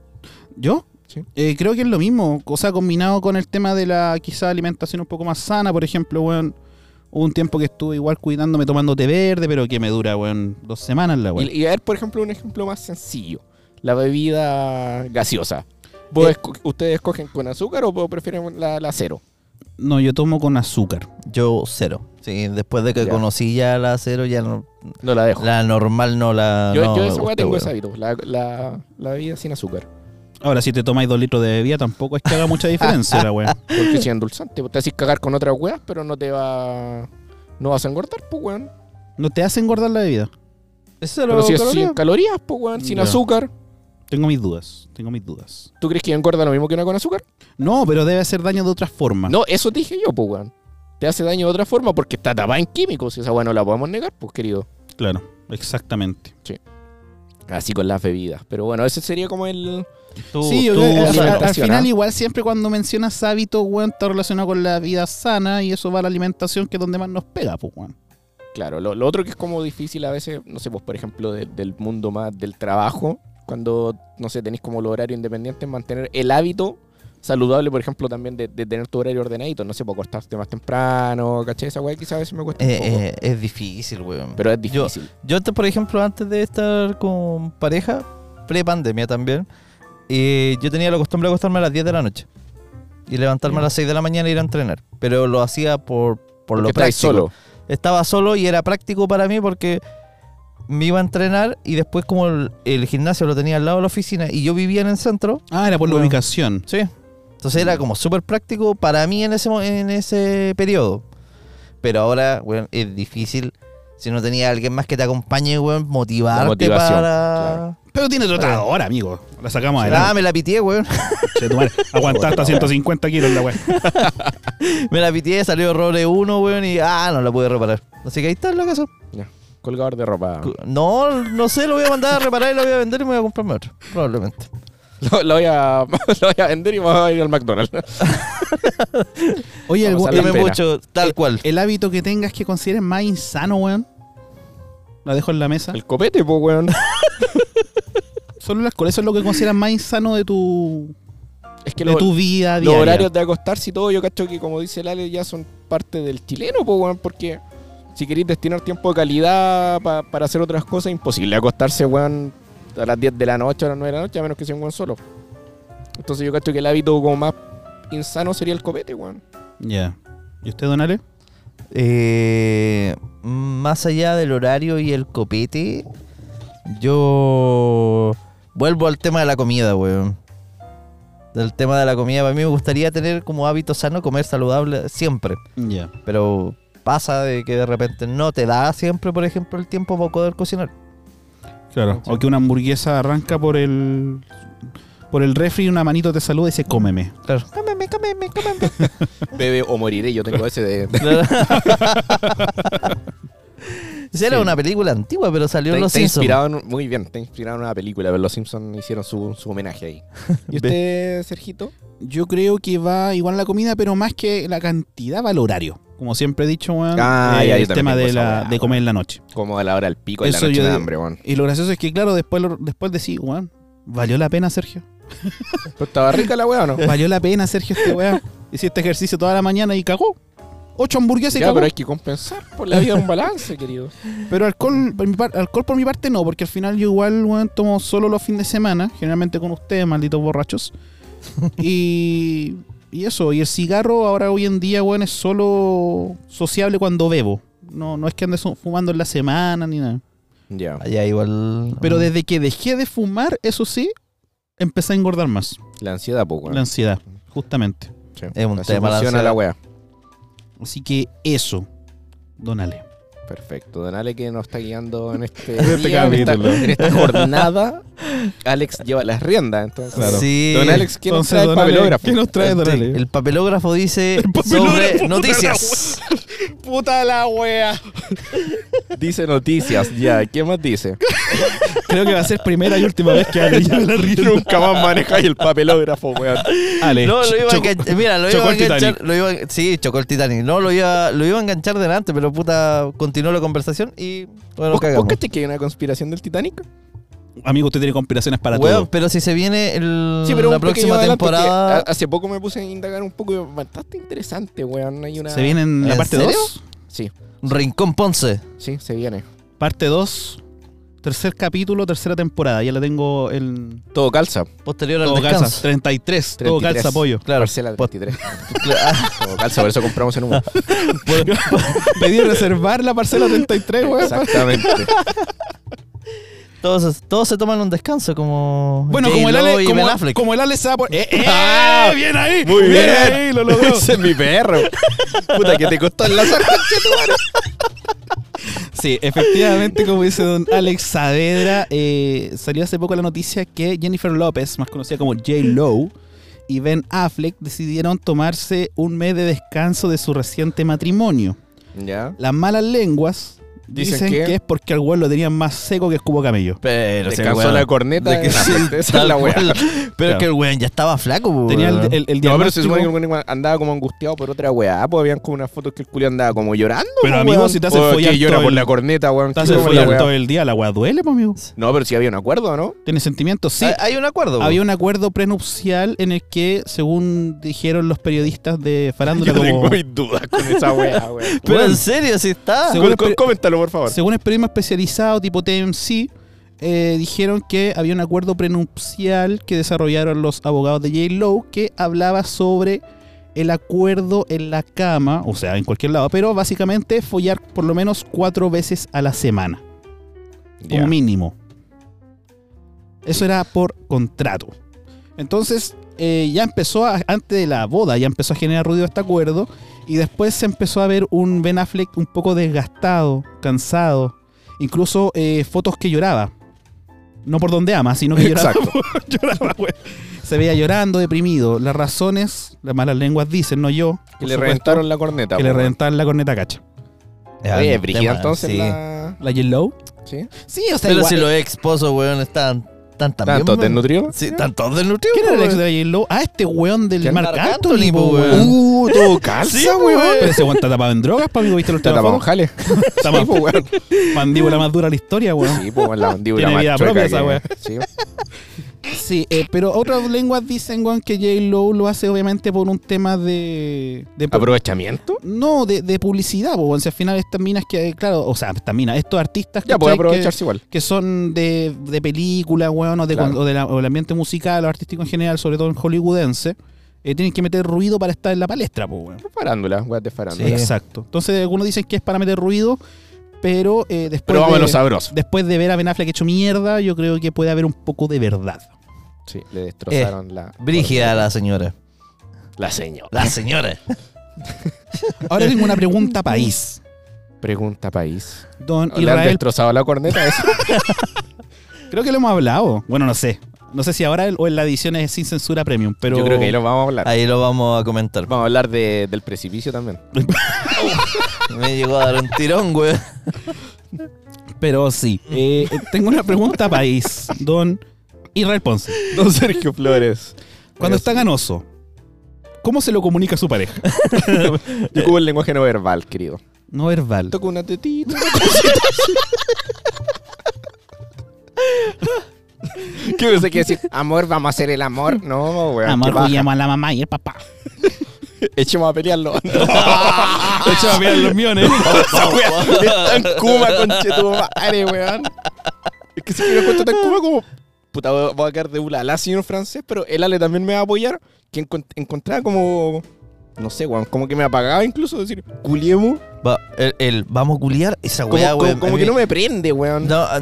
S1: ¿Yo?
S2: Sí.
S1: Eh, creo que es lo mismo. O sea, combinado con el tema de la quizá alimentación un poco más sana, por ejemplo, weón. Hubo un tiempo que estuve igual cuidándome tomando té verde, pero que me dura, weón, dos semanas la weón.
S2: Y, y a ver, por ejemplo, un ejemplo más sencillo. La bebida gaseosa. ¿Vos esco- ¿Ustedes escogen con azúcar o vos prefieren la, la cero?
S1: No, yo tomo con azúcar.
S3: Yo cero. Sí, después de que
S2: Ya.
S3: conocí ya la cero, ya no,
S2: No la dejo.
S3: la normal no la.
S2: yo,
S3: no
S2: yo
S3: me
S2: esa
S3: gusta,
S2: weá tengo
S3: weón.
S2: ese hábito, la, la, la bebida sin azúcar.
S1: Ahora, si te tomáis dos litros de bebida, tampoco es que haga mucha diferencia la weón.
S2: Porque si es endulzante, vos te haces cagar con otras weas, pero no te va. No vas a engordar, pues weón.
S1: No te hace engordar la bebida.
S3: Eso
S2: Pero si es
S3: calorías.
S2: sin calorías, pues weón, sin
S1: Ya.
S2: azúcar.
S1: Tengo mis dudas, tengo mis dudas.
S2: ¿Tú crees que engorda lo mismo que una con azúcar?
S1: No, pero debe hacer daño de otra
S3: Ah.
S1: forma.
S2: No, eso te dije yo, pues weón. Te hace daño de otra forma porque está tapada en químicos. y Esa weá no la podemos negar, pues querido.
S1: Claro, exactamente.
S2: Así con las bebidas. Pero bueno, ese sería como el.
S3: Tú-
S1: sí, yo
S3: tú
S1: creo que al-
S2: usas
S1: al, al
S2: alimentación,
S1: final
S2: ¿ah?
S1: igual siempre cuando mencionas hábitos, weón, está relacionado con la vida sana y eso va a la alimentación que es donde más nos pega, pues, weón.
S2: Claro, lo, lo otro que es como difícil a veces, no sé, pues por ejemplo, de- del mundo más del trabajo, cuando, no sé, tenéis como los horarios independientes, mantener el hábito saludable, por ejemplo, también de, de tener tu horario ordenadito. No sé, pues acostarte más temprano, ¿cachai? Esa weá quizás a veces me cuesta un poco.
S3: Eh, eh, es difícil, weón.
S2: pero es
S3: yo-
S2: difícil.
S3: Yo, antes, por ejemplo, antes de estar con pareja, pre-pandemia también, eh, yo tenía la costumbre de acostarme a las 10 de la noche y levantarme a las 6 de la mañana e ir a entrenar. Pero lo hacía por, por lo
S2: Porque estáis solo.
S3: práctico. Estaba solo y era práctico para mí porque me iba a entrenar y después, como el, el gimnasio lo tenía al lado de la oficina y yo vivía en el centro,
S1: Ah, era por la
S3: Bueno.
S1: ubicación.
S3: Sí. Entonces era como súper práctico para mí en ese, mo- en ese periodo. Pero ahora, weón, es difícil. Si no tenía alguien más que te acompañe, weón, motivarte
S2: motivación,
S3: para...
S1: Pero tiene trotador, amigo. La sacamos
S3: Ah,
S1: adelante.
S3: me la pitié, weón.
S1: Che, tu madre. Aguantar hasta 150 kilos la weón.
S3: me la pitié, salió error 1, weón, y ah, no la pude reparar. Así que ahí está la casa.
S2: Colgador de ropa.
S3: No, no sé, lo voy a mandar a reparar y lo voy a vender y me voy a comprarme otro. Probablemente.
S2: Lo, lo voy a, lo voy a vender y me voy a ir al McDonald's.
S1: Oye, el,
S2: Vamos a
S1: el-
S2: la Eh,
S3: Dame
S2: pena.
S3: mucho, tal cual.
S1: el hábito que tengas que consideres más insano, weón. La dejo en la mesa.
S2: El copete, pues, weón.
S1: Solo las cosas, eso es lo que consideras más insano de tu,
S2: Es que
S1: de
S2: lo,
S1: tu vida
S2: Los
S1: diaria.
S2: horarios de acostarse y todo, yo cacho que como dice Lale, ya son parte del chileno, pues, weón, porque si queréis destinar tiempo de calidad pa- para hacer otras cosas, imposible acostarse, weón, a las 10 de la noche, a las 9 de la noche, a menos que sea un weón solo. Entonces yo cacho que el hábito como más insano sería el copete, weón.
S1: Ya. ¿Y usted, Don Ale?
S3: Eh, más allá del horario y el copete, yo vuelvo al tema de la comida, weón. Del tema de la comida, para mí me gustaría tener como hábito sano comer saludable siempre,
S1: Ya.
S3: pero pasa de que de repente no te da siempre, por ejemplo, el tiempo para poder cocinar.
S1: Claro, o que una hamburguesa arranca por el por el refri y una manito te saluda y dice cómeme.
S3: Claro. Cómeme, cómeme, cómeme.
S2: Bebe o moriré, yo tengo ese de...
S3: Esa era
S2: Sí.
S3: una película antigua, pero salió en Los
S2: Te
S3: Simpsons.
S2: inspirado en- muy bien, te inspiraron en una película, pero los Simpsons hicieron su, su homenaje ahí. ¿Y usted, Sergito?
S1: Yo creo que va igual la comida, pero más que la cantidad va el horario. Como siempre he dicho, weón,
S2: Ah,
S1: eh,
S2: ya, yo
S1: el
S2: también
S1: tema
S2: tengo
S1: de,
S2: esa
S1: la-
S2: weá,
S1: de comer en la noche.
S2: Como a la hora del pico, en la
S1: Eso
S2: noche
S1: yo
S2: de
S1: digo.
S2: hambre, weón.
S1: Y lo gracioso es que, claro, después, lo- después decís, weón, ¿valió la pena, Sergio?
S2: ¿Pero estaba rica la weá o no?
S1: ¿Valió la pena, Sergio, este weón? Hiciste ejercicio toda la mañana y cagó. Ocho hamburguesas y
S2: Ya,
S1: cagó.
S2: pero hay
S1: Pero,
S2: que compensar por la vida un balance, querido.
S1: alcohol, por mi par- alcohol por mi parte no, porque al final yo igual, weón, tomo solo los fines de semana, generalmente con ustedes, malditos borrachos. y, y eso, y el cigarro ahora hoy en día, weón, es solo sociable cuando bebo. No, no es que andes fumando en la semana ni nada.
S2: Ya.
S3: Allá igual. Mm.
S1: Pero desde que dejé de fumar, eso sí, empecé a engordar más.
S2: La ansiedad, poco.
S1: La ansiedad, justamente.
S3: Es un tema la
S2: la
S3: ansiedad.
S2: wea.
S1: Así que eso, donale.
S2: Perfecto, don Ale que nos está guiando en este,
S1: En este
S2: día, en esta-
S1: capítulo.
S2: en esta jornada. Alex lleva las riendas, entonces.
S1: Claro.
S3: Sí.
S2: Don Alex, ¿quién nos trae el papelógrafo?
S1: ¿Qué nos trae
S3: Sí,
S1: donale?
S3: Este, El papelógrafo dice
S1: papelógrafo,
S3: sobre noticias.
S2: Puta la wea. Dice noticias, ya. ¿Qué más dice?
S1: Creo que va a ser primera y última vez que Ale lleva la rienda.
S2: Nunca más manejáis el papelógrafo, weón.
S1: Ale,
S3: No, lo iba a
S1: chocó-
S3: enganchar. Mira, lo
S1: chocó
S3: iba a
S1: el
S3: enganchar.
S1: Titanic.
S3: Lo iba a- sí, chocó el Titanic. No, lo iba, lo iba a enganchar delante, pero puta, continuó la conversación y bueno,
S2: ¿Vos, vos
S3: cagamos.
S2: cachai que hay una conspiración del Titanic?
S1: Amigo, usted tiene conspiraciones para
S3: Weón,
S1: todo.
S3: pero si se viene el-
S1: Mm,
S2: un
S3: la
S2: pequeño
S3: próxima
S2: adelanto,
S1: ah,
S3: temporada.
S2: porque a- Hace poco me puse a indagar un poco. y Bastante interesante, weón. Hay una...
S1: ¿Se viene en la
S3: ¿En
S1: parte
S3: serio?
S1: 2?
S2: Sí,
S3: Rincón Ponce.
S2: sí, se viene.
S1: Parte 2, tercer capítulo, tercera temporada. Ya la tengo en
S2: Todo calza.
S3: Posterior al
S1: Todo Calza.
S3: descanso.
S1: 33, Todo
S2: 33.
S1: Calza Pollo.
S3: Claro.
S2: Parcela 23.
S3: ah,
S2: Todo calza, por eso compramos en un
S1: Pedí reservar la parcela 33, weón.
S2: Exactamente.
S3: Todos, todos se toman un descanso como.
S1: Bueno, como el,
S3: J-Lo
S1: Ale,
S3: y
S1: como,
S3: Ben Affleck.
S1: Ah, como el Ale se va por... ¡Eh, eh!
S2: Ah,
S1: ¡Bien ahí!
S2: Muy bien.
S1: ahí! Lo logró.
S2: Ese es mi perro. Puta, que te costó enlazar.
S1: Sí, efectivamente, como dice don Alex Saavedra, eh, salió hace poco la noticia que Jennifer López, más conocida como J. Lowe, y Ben Affleck decidieron tomarse un mes de descanso de su reciente matrimonio.
S2: Ya.
S1: Las malas lenguas dicen,
S2: Dicen que-
S1: que... es porque al weón lo tenían más seco que escubo camello.
S3: Pero si el
S2: Descansó
S3: weón-
S2: la corneta.
S3: de que
S2: en la
S3: sí,
S2: frente, esa es
S3: tal
S2: la weá.
S3: cual. Pero es
S1: Claro.
S3: que el weón ya estaba flaco, po,
S1: Tenía el, el,
S3: weón.
S1: el
S2: No, pero se
S1: diagnóstico-
S2: supone que el weón andaba como angustiado por otra weá, pues habían como unas fotos que el culio andaba como llorando.
S1: Pero,
S2: pues,
S1: amigo,
S2: weón.
S1: si te hace
S2: Oh,
S1: follar
S2: que llora
S1: todo
S2: por
S1: el-
S2: la corneta, weón.
S1: Estás en
S2: ¿Qué fue la
S1: follar
S2: weá?
S1: todo el día, la weá duele, pues, amigo.
S2: No, pero si había un acuerdo, ¿no?
S1: Tiene sentimientos, sí.
S3: Hay-
S2: Ah,
S3: Hay un acuerdo. po.
S1: Había un acuerdo prenupcial en el que, según dijeron los periodistas de Farándula, como...
S2: mis dudas con esa weá, weón.
S3: Pero
S1: Weón.
S3: en serio, si está.
S1: Se-
S2: Con- con- Coméntalo, por favor.
S1: Según el periodismo especializado tipo TMC, eh, dijeron que había un acuerdo prenupcial que desarrollaron los abogados de J. Lowe que hablaba sobre el acuerdo en la cama, o sea, en cualquier lado, pero básicamente follar por lo menos cuatro veces a la semana, como
S2: Ya.
S1: mínimo. Eso era por contrato. Entonces, eh, ya empezó, a- antes de la boda, ya empezó a generar ruido este acuerdo. Y después se empezó a ver un Ben Affleck un poco desgastado, cansado. Incluso eh, fotos que lloraba. No por donde ama, sino que lloraba.
S2: Exacto.
S1: lloraba, güey. Se veía llorando, deprimido. Las razones, las malas lenguas dicen, no yo. por
S2: Que le
S1: supuesto,
S2: reventaron la corneta.
S1: que le
S2: po, weón.
S1: reventaron la corneta cacha.
S3: Ya,
S2: Oye,
S3: tema,
S2: Brigida, entonces
S3: sí.
S2: la.
S1: ¿La Yellow?
S2: ¿Sí?
S1: Sí, o sea,
S3: Pero
S1: igual-
S3: si los ex esposos, weón, están tan también.
S2: ¿Tanto
S3: weón.
S2: desnutrido?
S3: Sí, están todos desnutridos.
S1: ¿Quién era el
S3: po,
S1: ex
S3: weón.
S1: de la J-Lo? Ah, este weón del
S3: ¿Quién?
S1: Marc
S3: Marc
S1: Anthony,
S3: Anthony,
S1: po,
S3: po,
S1: weón.
S3: weón.
S2: Uh, todo calza,
S3: Sí, po,
S2: weón.
S1: Pero ese weón está tapado en drogas, pa, amigo. ¿Viste los
S2: Te tapamos
S1: teléfonos?
S2: jale.
S1: Está
S2: Sí, po,
S1: más-
S2: weón.
S1: Mandíbula más dura de la historia, weón.
S2: Sí, pues la mandíbula
S1: Tiene
S2: más
S1: vida
S2: chueca
S1: propia esa
S2: que-
S1: wea.
S2: Sí.
S1: Sí, eh, pero otras lenguas dicen, weón, que J. Lowe lo hace obviamente por un tema de. de
S2: ¿Aprovechamiento?
S1: no, de, de publicidad, po, weón. Si al final estas minas que, eh, claro, o sea, estas minas, estos artistas
S2: Ya, pues, puede
S1: ¿cachai? que,
S2: aprovecharse igual.
S1: que son de, de película, weón, o, de,
S2: Claro.
S1: o de la- o del ambiente musical o artístico en general, sobre todo en hollywoodense, eh, tienen que meter ruido para estar en la palestra, po, weón.
S2: Farándula, weas de farándula.
S3: Sí.
S1: Exacto. Entonces, algunos dicen que es para meter ruido, pero eh, después.
S2: Pero vámonos
S1: de-
S2: sabroso.
S1: Después de ver a Ben Affleck hecho mierda, yo creo que puede haber un poco de verdad.
S2: Sí, le destrozaron Eh, la.
S3: Brígida la señora.
S2: La señora.
S3: La señora.
S1: Ahora tengo una pregunta país.
S2: Pregunta país.
S1: Don
S2: ¿Le han
S1: Israel
S2: destrozado la corneta? Eso?
S1: Creo que lo hemos hablado. Bueno, no sé. No sé si ahora el- o en la edición es sin censura premium, pero.
S2: Yo creo que ahí lo vamos a hablar.
S3: Ahí lo vamos a comentar.
S2: Vamos a hablar de- del precipicio también.
S3: Me llegó a dar un tirón, weón.
S1: Pero sí. Eh, tengo una pregunta país. Don Israel Ponce.
S2: Don Sergio Flores.
S1: Cuando está ganoso, ¿cómo se lo comunica a su pareja?
S2: Yo cubo el lenguaje no verbal, querido.
S1: No verbal.
S2: Toco una tetita. ¿Qué pensé que decir? Amor, vamos a hacer el amor. No, weón.
S1: Amor,
S2: qué paja.
S1: llama a la mamá y el papá.
S2: Echemos a pelearlo.
S1: De hecho, a mirar los millones.
S2: Esa wea es tan Kuma, conchetumare, weón. Es que si me cuento tan Kuma como. Puta, voy voy a quedar de ulala, señor francés, pero el Ale también me va a apoyar. Que encon- encontraba como. No sé, weón. Como que me apagaba incluso decir, culiemos.
S3: Va- el, el vamos a culiar esa
S2: Como,
S3: weá,
S2: como-
S3: weón.
S2: como que
S3: a mí-
S2: eh, no me prende, weón.
S3: No, ah,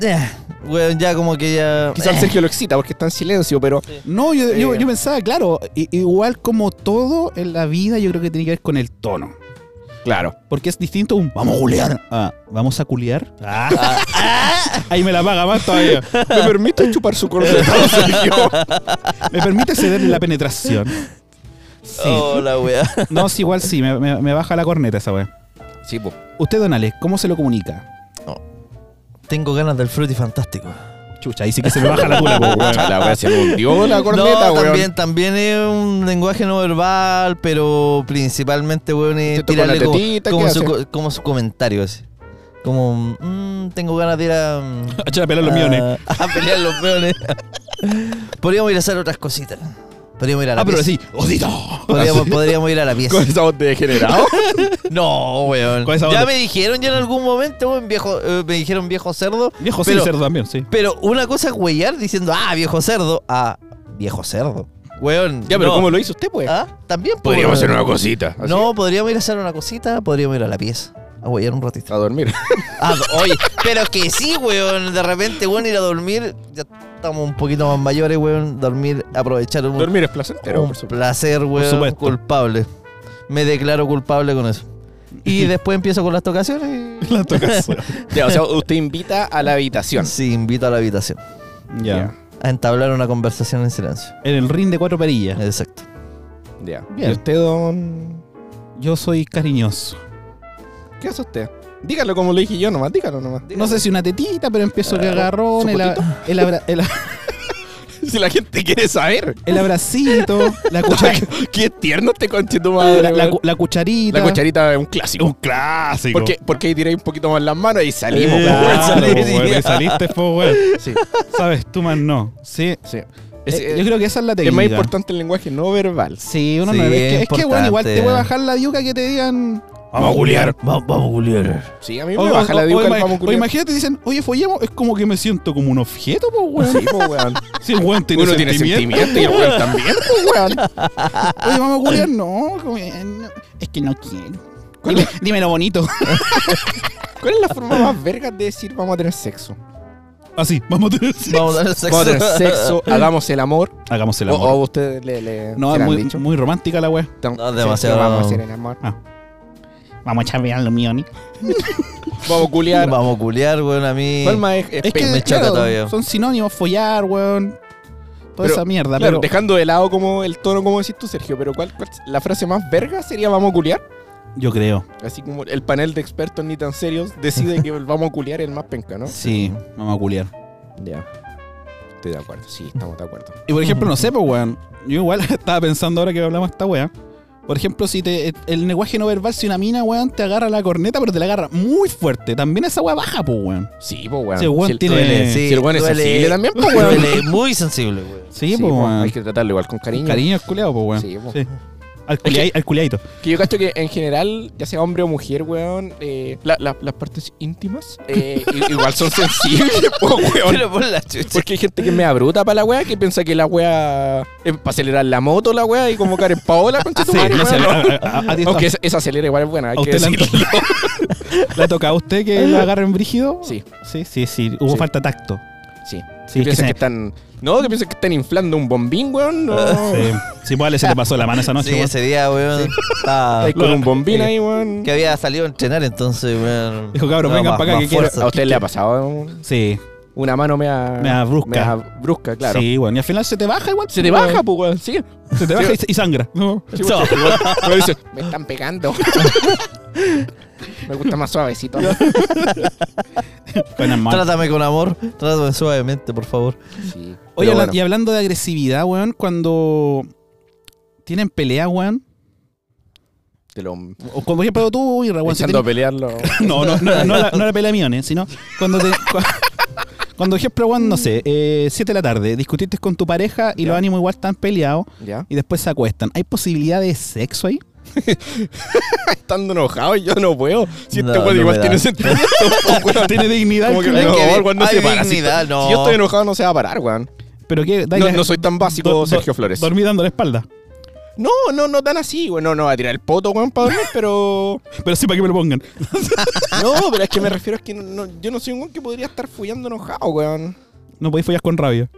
S3: eh, weón, ya como que ya.
S2: Quizás
S3: eh.
S2: Sergio lo excita porque está en silencio, pero
S1: No, yo, yo-
S2: Eh.
S1: yo pensaba, claro, i- igual como todo en la vida, yo creo que tiene que ver con el tono.
S2: claro.
S1: Porque es distinto un vamos a culear. Ah, vamos a culear.
S3: Ah,
S2: Ah,
S1: Ahí me la paga más todavía.
S2: ¿Me permite chupar su cornetado, Sergio?
S1: Me permite ceder en la penetración. Sí.
S3: Oh, la weá.
S1: No, sí, igual sí, me, me- me baja la corneta esa weá.
S2: Sí, pues, po.
S1: Usted, don Alex, ¿cómo se lo comunica?
S3: Tengo ganas del fruity fantástico.
S1: Chucha, ahí sí que se me baja la cula, po, weón.
S2: pues, La weá se hundió la corneta,
S3: no,
S2: weón.
S3: también, también es un lenguaje no verbal, pero principalmente, weón, es
S2: Te toca la
S3: tirarle como,
S2: tetita,
S3: como
S2: ¿qué
S3: su,
S2: hace?
S3: co- como su comentario así. Como, "Mm, tengo ganas de ir a... mm,
S1: A echar a pelar los
S3: a-
S1: millones.
S3: A pelear los peones. Podríamos ir a hacer otras cositas. Podríamos ir a la
S1: Ah, pero
S3: pieza.
S1: sí, ¡Odito!
S3: Podríamos, podríamos ir a la pieza.
S2: Con esa voz de degenerado.
S3: No, weón.
S1: Con esa
S3: Ya
S1: onda.
S3: me dijeron ya en algún momento, weón, viejo, eh, me dijeron viejo cerdo.
S1: Viejo sí,
S3: pero,
S1: cerdo también, sí.
S3: Pero una cosa es huellar diciendo, ah, viejo cerdo, ah, viejo cerdo. Weón.
S2: ya, pero
S3: no.
S2: ¿cómo lo hizo usted, pues?
S3: Ah, también po,
S2: Podríamos
S3: weón.
S2: hacer una cosita. así,
S3: No, podríamos ir a hacer una cosita, podríamos ir a la pieza. A huellar un ratito.
S2: A dormir.
S3: Ah, oye, pero que sí, weón. De repente, weón, ir a dormir. Ya estamos un poquito más mayores, weón. Dormir, aprovechar un,
S2: Dormir es
S3: un
S2: placentero, por supuesto.
S3: placer, weón.
S1: supuesto.
S3: Culpable. Me declaro culpable con eso. Y después empiezo con las tocaciones
S1: La tocas.
S2: Ya, o sea, usted invita a la
S3: y.
S2: habitación.
S3: Sí, invito a la habitación.
S1: Ya.
S3: A entablar una conversación en silencio.
S1: En el ring de cuatro perillas.
S3: Exacto.
S2: Ya. Ya.
S1: Bien.
S2: ¿Y usted, don...?
S1: Yo soy cariñoso.
S2: ¿Qué hace usted? Dígalo como lo dije yo nomás, dígalo nomás.
S1: No sé si una tetita, pero empiezo que agarrón,
S2: ¿su
S1: el,
S2: potito?
S1: abra- el, abra- el,
S2: Si la gente quiere saber.
S1: el abracito, la, cucha-
S2: Qué tierno este conche tu madre.
S1: la, la
S2: weón.
S1: cu- la cucharita.
S2: La cucharita es un clásico. Un clásico. Porque, porque ahí tiráis un poquito más las manos y salimos. po,
S3: Eh,
S2: weón.
S1: Claro,
S3: Salí,
S1: po,
S3: sí.
S1: weón, te saliste, po, weón.
S2: Sí,
S1: Sabes, tú más no. Sí.
S2: sí.
S1: Es-
S2: Es,
S1: Eh, yo creo que esa es la técnica.
S2: es más importante el lenguaje no verbal.
S1: Sí, uno no.
S3: Sí,
S1: Es que,
S3: es
S1: es que, bueno, igual
S3: importante.
S1: te puede bajar la diuca que te digan.
S2: Vamos a culiar.
S3: Va- vamos a culiar.
S2: Sí, a mí
S1: O-
S2: me
S1: o-
S2: baja la
S1: o-
S2: diuca
S1: o
S2: el
S1: ima-
S2: vamos a
S1: o
S2: culiar.
S1: imagínate, dicen, oye, follemos. Es como que me siento como un objeto, po, weón.
S2: Sí, po, weón.
S1: Sí, weón, tiene
S2: Uno tiene
S1: sentimiento.
S2: sentimiento y el weón también, po, weón.
S1: Oye, vamos a culiar. No, como- no, es que no quiero. Dime, dímelo bonito.
S2: ¿Cuál es la forma más verga de decir vamos a tener sexo?
S1: Así, Ah, vamos a tener
S3: Vamos a tener sexo.
S2: Vamos a tener sexo, hagamos el amor.
S1: Hagamos el
S2: O- O,
S1: amor.
S2: ustedes le,
S1: no,
S2: le se
S1: es
S2: la Oh, han
S1: muy,
S2: dicho.
S1: muy romántica la weá.
S2: Tan-
S3: No,
S2: sí,
S3: demasiado.
S2: sí, Vamos a hacer el amor.
S1: Vamos a chavear lo mío, ni.
S2: Vamos a culiar.
S3: Vamos a culiar, weón, a mí.
S2: ¿Cuál más es, es
S1: Es que
S2: pena?
S3: me choca todavía.
S1: son sinónimos, follar, weón. Toda
S2: Pero,
S1: esa mierda.
S2: Claro,
S1: pero
S2: dejando de lado como el tono como decís tú, Sergio, pero ¿cuál, cuál- la frase más verga sería vamos a culiar?
S1: yo creo.
S2: Así como el panel de expertos ni tan serios decide que el vamos a culiar es el más penca, ¿no?
S1: Sí, vamos a culiar.
S2: Ya. Estoy de acuerdo, sí, estamos de acuerdo.
S1: Y por ejemplo, no sé, pues, weón. Yo igual estaba pensando ahora que hablamos de esta weá. Por ejemplo, si te, eh, el lenguaje no verbal, si una mina, weón, te agarra la corneta, pero te la agarra muy fuerte. También esa weá baja, pues, weón.
S2: Sí, pues weón.
S1: Sí, weón
S2: Si el-
S1: tiene-
S2: duele,
S3: Sí,
S2: si el weón es
S3: duele.
S2: sensible también, pues weón.
S3: Duele, muy sensible, weón.
S1: Sí,
S2: Sí,
S1: pues,
S2: po,
S1: weón.
S2: Hay que tratarlo igual con cariño.
S1: Cariño al culeado, pues, weón.
S2: Sí, po.
S1: Al, culiai- al culiadito.
S2: Que yo cacho que en general, ya sea hombre o mujer, weón, eh, la- la- las partes íntimas eh, i- igual son sensibles, po, weón.
S3: Pero por la chucha.
S2: Porque hay gente que me abruta para la weá, que piensa que la weá es para acelerar la moto, la weá, y como Karen Paola, concha tu
S1: Sí,
S2: madre,
S1: no sé,
S2: weón.
S1: a- a- a- a ti-
S2: Aunque esa, esa acelera igual es buena, hay
S1: ¿A
S2: que
S1: usted la-
S2: decirlo.
S1: ¿Le ha tocado a usted que la agarren brígido?
S2: Sí.
S1: Sí, sí, sí. Hubo
S2: Sí.
S1: falta de tacto.
S2: Sí.
S1: Sí,
S2: que
S1: es que
S2: piensan que
S1: se-
S2: están. No, que piensan que están inflando un bombín, weón. No.
S1: Sí, sí pues, Ale, se te pasó la mano esa noche,
S3: sí,
S1: weón.
S3: ese día, weón. estaba-
S2: Ahí con
S1: Lo-
S2: un bombín
S3: eh,
S2: ahí, weón.
S3: que había salido a entrenar, entonces, weón.
S1: Dijo, cabrón,
S3: No,
S1: vengan
S3: más-
S1: para acá
S3: más
S1: que quiero-
S3: fuerza.
S2: ¿A usted le ha pasado un-
S1: Sí,
S2: una mano mea.
S1: Mea brusca.
S2: mea brusca, claro.
S1: sí, weón. Y al final se te baja igual.
S2: Se te
S1: weón.
S2: baja, pues, weón. Sí.
S1: Se te baja y, y sangra. No.
S2: Sí,
S1: No.
S2: Pero dice, me están pegando. me gusta más suavecito.
S1: Buenas manos.
S3: Trátame con amor, trátame suavemente, por favor.
S2: Sí.
S1: Oye,
S2: Pero
S1: habla-
S2: bueno.
S1: y hablando de agresividad, weón, cuando tienen pelea, weón.
S2: Te lo
S1: O como por ejemplo tú y weón. si
S2: echando a
S1: tienen-
S2: pelearlo.
S1: No, no, no, no la, no la pelea miones, sino cuando te. cua- Cuando, por ejemplo, weón, no sé, 7 de la tarde, discutiste con tu pareja y
S2: Ya.
S1: los ánimos igual están peleados
S2: ¿Ya?
S1: y después se acuestan. ¿Hay posibilidad de sexo ahí?
S2: Estando enojado, yo no puedo. Si
S3: No,
S2: este weón
S3: no
S2: igual
S3: me da.
S2: tiene sentimiento, po, weón.
S1: Tiene dignidad.
S2: Como que
S1: culiao.
S3: Hay
S2: no,
S3: que ver-
S2: el weón no
S3: hay
S2: se para. Si,
S3: dignidad, no.
S2: si yo estoy enojado, no se va a parar, weón.
S1: Pero que
S2: No, no soy tan básico, Sergio Flores.
S1: Dormí dando la espalda.
S2: No, no, no tan así, güey. No, no va a tirar el poto, weón, para dormir, pero.
S1: Pero sí, para que me lo pongan.
S2: No, pero es que me refiero a que no- no- yo no soy un weón que podría estar follando enojado, weón.
S1: No podéis follar con rabia.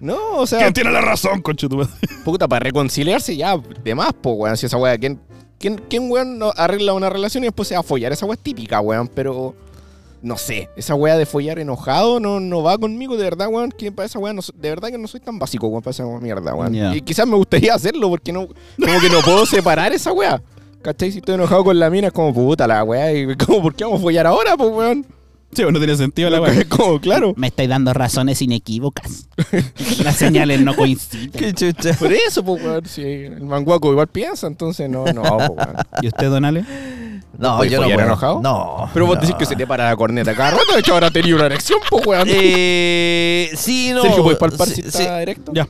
S2: No, o sea,
S1: ¿Quién tiene la razón, concho? tu madre?
S2: puta, para reconciliarse ya, de más, po, weón. Si esa weá, ¿quién, quién, quién, weón, no arregla una relación y después se va a follar? Esa weá es típica, weón, pero. No sé, esa weá de follar enojado no, no va conmigo, de verdad, weón. Que para esa weá, no so- de verdad que no soy tan básico, weón, para esa mierda, weón.
S1: Ya.
S2: Y quizás me gustaría hacerlo porque no. Como que no puedo separar esa weá. ¿Cachai? Si estoy enojado con la mina, es como puta la weá. Y como, ¿por qué vamos a follar ahora, pues, weón?
S1: Sí, bueno, no tiene sentido la weá.
S2: Es como, claro.
S1: Me estáis dando razones inequívocas. Las señales no coinciden.
S3: Qué chucha.
S2: Por eso, pues, weón. Si el manguaco igual piensa, entonces no, no, pues, weón.
S1: ¿Y usted, Donale?
S3: No,
S2: ¿Puedes
S3: yo no
S2: follar
S3: puedo.
S2: enojado?
S3: No.
S2: Pero vos
S3: no.
S2: decís que se te para la corneta cada rato. De hecho, ahora tenía una erección, pues, weón.
S3: Eh, sí, no.
S2: Sergio, ¿puedes palpar
S3: Sí,
S2: si está
S3: sí,
S2: directo?
S1: Ya.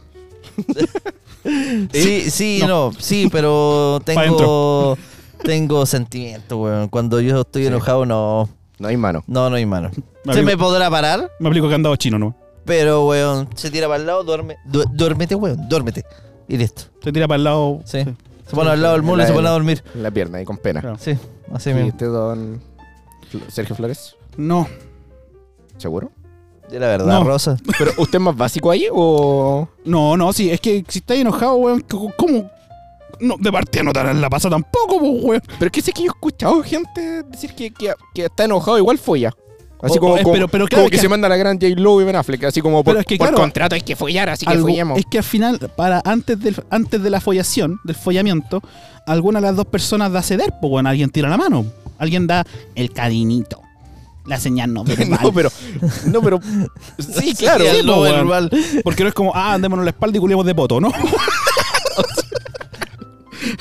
S3: Sí, sí, no. Sí, pero tengo.
S1: adentro.
S3: Tengo sentimiento, weón. Cuando yo estoy enojado, no.
S2: No hay mano.
S3: No, no hay mano.
S1: Me
S3: Se
S1: abrigo-
S3: me podrá parar,
S1: Me aplico que andado chino, ¿no?
S3: pero, weón, se tira para el lado, duerme. du- duérmete, weón, duérmete. Y listo.
S1: Se tira para el lado.
S3: Sí. Se pone al lado del
S2: en
S3: mulo
S2: la
S3: y se
S2: del-
S3: pone a dormir.
S2: En la pierna, ahí con pena.
S1: Claro.
S3: Sí, así
S2: ¿Y
S3: mismo.
S2: este don Fl- Sergio Flores?
S1: No.
S2: ¿Seguro?
S3: De la verdad,
S1: No.
S3: Rosa.
S2: ¿Pero usted es más básico ahí o...?
S1: No, no, sí. Es que si estáis enojado, weón, c- ¿cómo? No, de partida no te harán la pasa tampoco, pues, weón.
S2: Pero es que sé que yo he escuchado gente decir que, que, que está enojado igual folla. Así
S1: O-
S2: como,
S1: o es-
S2: como-
S1: pero- pero
S2: como
S1: claro, es
S2: que,
S1: que-
S2: se manda la gran J. Lowe y Ben Affleck. Así como por,
S1: Pero es que,
S2: por
S1: claro,
S2: contrato hay que follar, así que
S1: Algo-
S2: follemos.
S1: Es que al final, para antes del, antes de la follación, del follamiento, alguna de las dos personas da ceder, pues bueno, alguien tira la mano. Alguien da el cadinito. La señal no verbal.
S2: No, pero... No, pero... Sí, claro.
S3: Sí,
S1: Sí,
S3: no,
S1: po, pues, weón.
S3: verbal.
S1: Porque no es como, ah, andémonos la espalda y culiamos de poto, ¿no?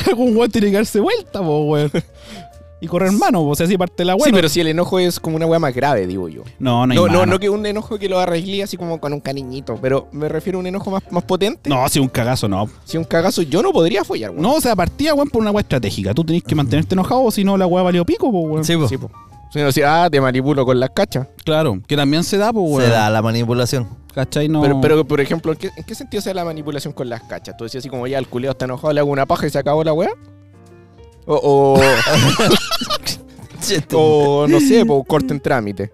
S1: Algún weón tiene que darse vuelta, pues, weón. Y correr mano, po, o sea, así parte la
S2: Sí,
S1: weón.
S2: pero si el enojo es como una weá más grave, digo yo.
S1: No, no hay
S2: No, no,
S1: mano.
S2: no que un enojo que lo arreglé así como con un cariñito, pero me refiero a un enojo más, más potente.
S1: No, si un cagazo, no.
S2: Si un cagazo yo no podría follar, weón.
S1: No, o sea, partida, weón, por una weá estratégica. Tú tenés que mantenerte enojado, o si no, la weá valió pico, pues, weón.
S3: Sí, po.
S2: Sí, po. Si no decir, ah, te manipulo con las cachas.
S1: claro. Que también se da, pues, weón.
S3: Se da la manipulación.
S1: ¿Cachai? No.
S2: Pero, pero, por ejemplo, ¿en qué, en qué sentido se da la manipulación con las cachas? Tú decías así como, ya, el culeo está enojado, le hago una paja y se acabó la weá. O, o, o, no sé, po, corten trámite.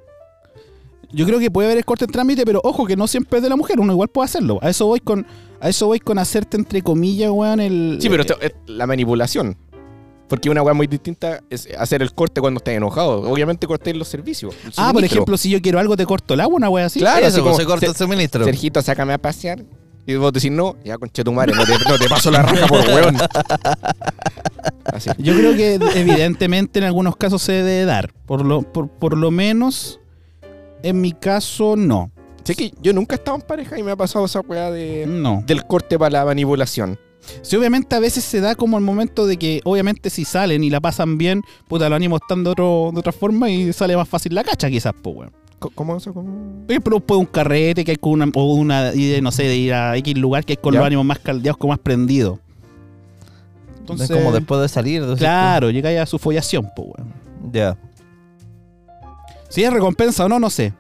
S1: Yo creo que puede haber el corte en trámite, pero ojo que no siempre es de la mujer, uno igual puede hacerlo. A eso voy con, a eso voy con hacerte entre comillas, weón, el. Ah,
S2: Sí, pero esto es la manipulación. Porque una weá muy distinta es hacer el corte cuando estás enojado. Obviamente cortéis los servicios. el
S1: Ah, por
S2: suministro.
S1: ejemplo, si yo quiero algo, te corto el agua, una weá así.
S2: Claro,
S3: Eso,
S2: así
S3: po,
S2: como
S3: se corta
S2: se-
S3: el suministro.
S2: Sergito, sácame a pasear. Y vos decís, no, ya conche tu madre, no te, no te paso la raja por hueón. Así.
S1: Yo creo que evidentemente en algunos casos se debe dar. Por lo, por, por lo menos, en mi caso, no.
S2: Sé que yo nunca he estado en pareja y me ha pasado esa weá de,
S1: No.
S2: del corte para la manipulación.
S1: Sí, obviamente a veces se da como el momento de que, obviamente, si salen y la pasan bien, puta, lo animo están de, otro, de otra forma y sale más fácil la cacha, quizás, pues, weón.
S2: Co- ¿Cómo eso? ¿Cómo?
S1: Oye, pero puede un carrete que hay con una, o una idea, no sé, de ir a X lugar que hay con
S2: Ya.
S1: los ánimos más caldeados, como más prendidos. Entonces,
S3: Es como después de salir. entonces-
S1: claro, llega ya a su follación, pues, weón.
S3: Ya.
S1: Si es recompensa o no, no sé.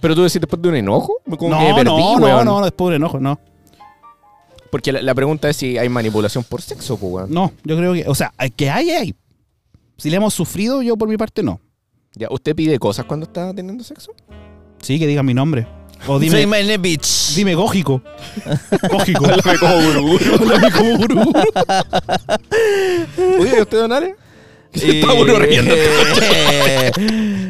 S2: Pero tú decís después de un enojo, como
S1: no,
S2: que perdí,
S1: no, no,
S2: hueón.
S1: no, después de un enojo, no.
S2: Porque la, la pregunta es si hay manipulación por sexo, pues, hueón.
S1: No, yo creo que, o sea, que hay, hay. Si le hemos sufrido, yo por mi parte no.
S2: Ya, ¿Usted pide cosas cuando está teniendo sexo?
S1: Sí, que diga mi nombre. O
S3: Soy
S1: dime,
S3: my name, bitch.
S1: dime gógico. gógico.
S2: como
S1: Háblame como gurú.
S2: Oye, ¿y ¿usted donare?
S3: Eh,
S2: Está uno riendo.
S3: eh,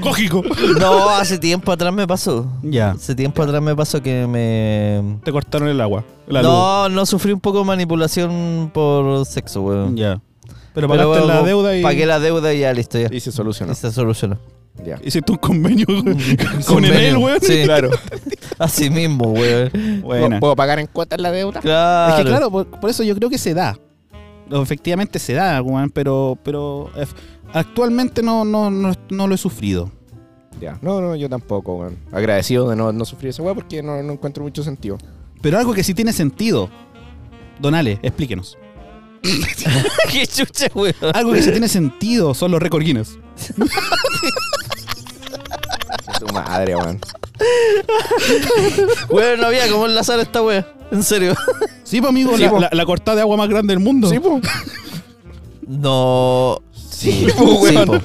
S1: gógico.
S3: No, hace tiempo atrás me pasó.
S1: Ya.
S3: Hace tiempo atrás me pasó que me.
S1: Te cortaron el agua. La luz.
S3: No, no sufrí un poco de manipulación por sexo, weón.
S1: Ya. Pero pagaste la deuda y.
S3: Pagué la deuda y ya listo, ya.
S2: Y
S3: Y
S2: se solucionó.
S3: se solucionó.
S2: Ya.
S1: Hiciste un convenio con, con
S3: Convenio.
S1: Enel, weón.
S3: Sí.
S2: Claro.
S3: Así mismo, weón.
S1: Buena.
S2: ¿Puedo pagar en cuotas la deuda?
S3: Claro.
S1: Es que claro, por, por eso yo creo que se da. O Efectivamente se da, weón, pero, pero ef- actualmente no, no, no, no lo he sufrido.
S2: Ya. No, no, yo tampoco, weón. Agradecido de no, no sufrir esa weá porque no, no encuentro mucho sentido.
S1: Pero algo que sí tiene sentido. Donale, explíquenos.
S3: Qué chucha, weón.
S1: Algo que sí tiene sentido son los récord Guinness.
S2: Tu madre, weón.
S3: Weón, no había cómo enlazar esta weón. ¿En serio?
S1: Sí, pues, amigo,
S2: Sí,
S1: la,
S2: po.
S1: la- la cortada de agua más grande del mundo.
S2: Sí, po.
S3: No.
S2: Sí, po,
S3: Sí,
S2: weón.
S3: po.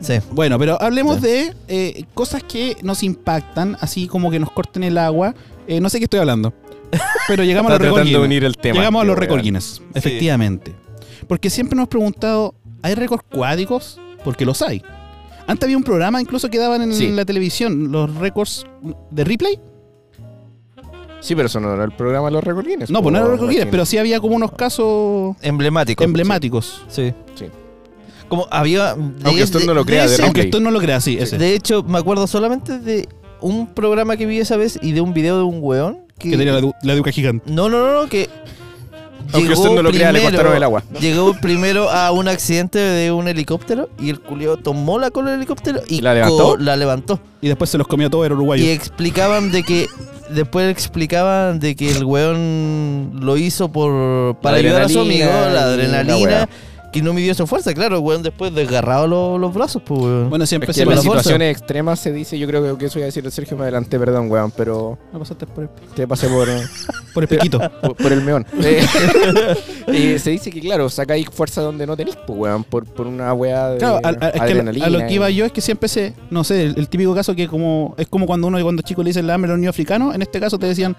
S3: Sí.
S1: Bueno, pero hablemos de eh, cosas que nos impactan, así como que nos corten el agua. Eh, no sé qué estoy hablando. Pero llegamos a
S2: Está
S1: los récord
S2: tratando de
S1: Guinness.
S2: unir el tema.
S1: Llegamos a
S2: este
S1: los récord
S2: weón.
S1: Guinness, efectivamente. Porque siempre nos hemos preguntado, ¿hay récords cuádicos? Porque los hay. Antes había un programa incluso que daban en
S2: Sí.
S1: la televisión, los récords de replay.
S2: Sí, pero eso no era el programa de los récord Guinness.
S1: No,
S2: po,
S1: pues no eran récord Guinness,
S2: imagínate.
S1: pero sí había como unos casos
S3: Emblemático.
S1: emblemáticos.
S3: Sí.
S2: Sí.
S3: Como había.
S2: Aunque usted no lo crea, de
S3: de, ese-
S2: Sí.
S1: Aunque esto no lo creas, sí, ese.
S3: de hecho, me acuerdo solamente de un programa que vi esa vez y de un video de un weón que.
S1: Que tenía la, du- la duca gigante.
S3: No, no, no, no, que.
S2: Aunque usted no lo crea, le cortaron el agua.
S3: Llegó primero a un accidente de un helicóptero y el culio tomó la cola del helicóptero y
S2: ¿La levantó?
S3: co- la levantó.
S1: Y después se los comió todo, era uruguayo.
S3: Y explicaban de que. Después explicaban de que el weón lo hizo por para
S2: La
S3: ayudar a su amigo,
S2: adrenalina
S3: la
S2: y la
S3: adrenalina,
S2: weá.
S3: que no midió su fuerza, claro, el weón después desgarrado los, los brazos, pues weón.
S1: Bueno, siempre
S2: Es
S1: se
S2: que en
S3: por
S2: las
S3: la fuerza.
S2: situaciones extremas se dice, yo creo que eso iba a decir el Sergio más adelante, perdón, weón, pero
S1: No pasaste por el,
S2: te pasé por, eh,
S1: por el piquito.
S2: por, por el meón. Eh, eh, se dice que, claro, sacáis fuerza donde no tenéis, pues, weón, por, por una weá de
S1: Claro, al- al- es que a, lo-
S2: adrenalina. eh.
S1: a lo que iba
S2: y-
S1: yo es que siempre se, no sé, el, el típico caso que como es como cuando uno cuando chico le dicen la hambre a los niños africanos, en este caso te decían,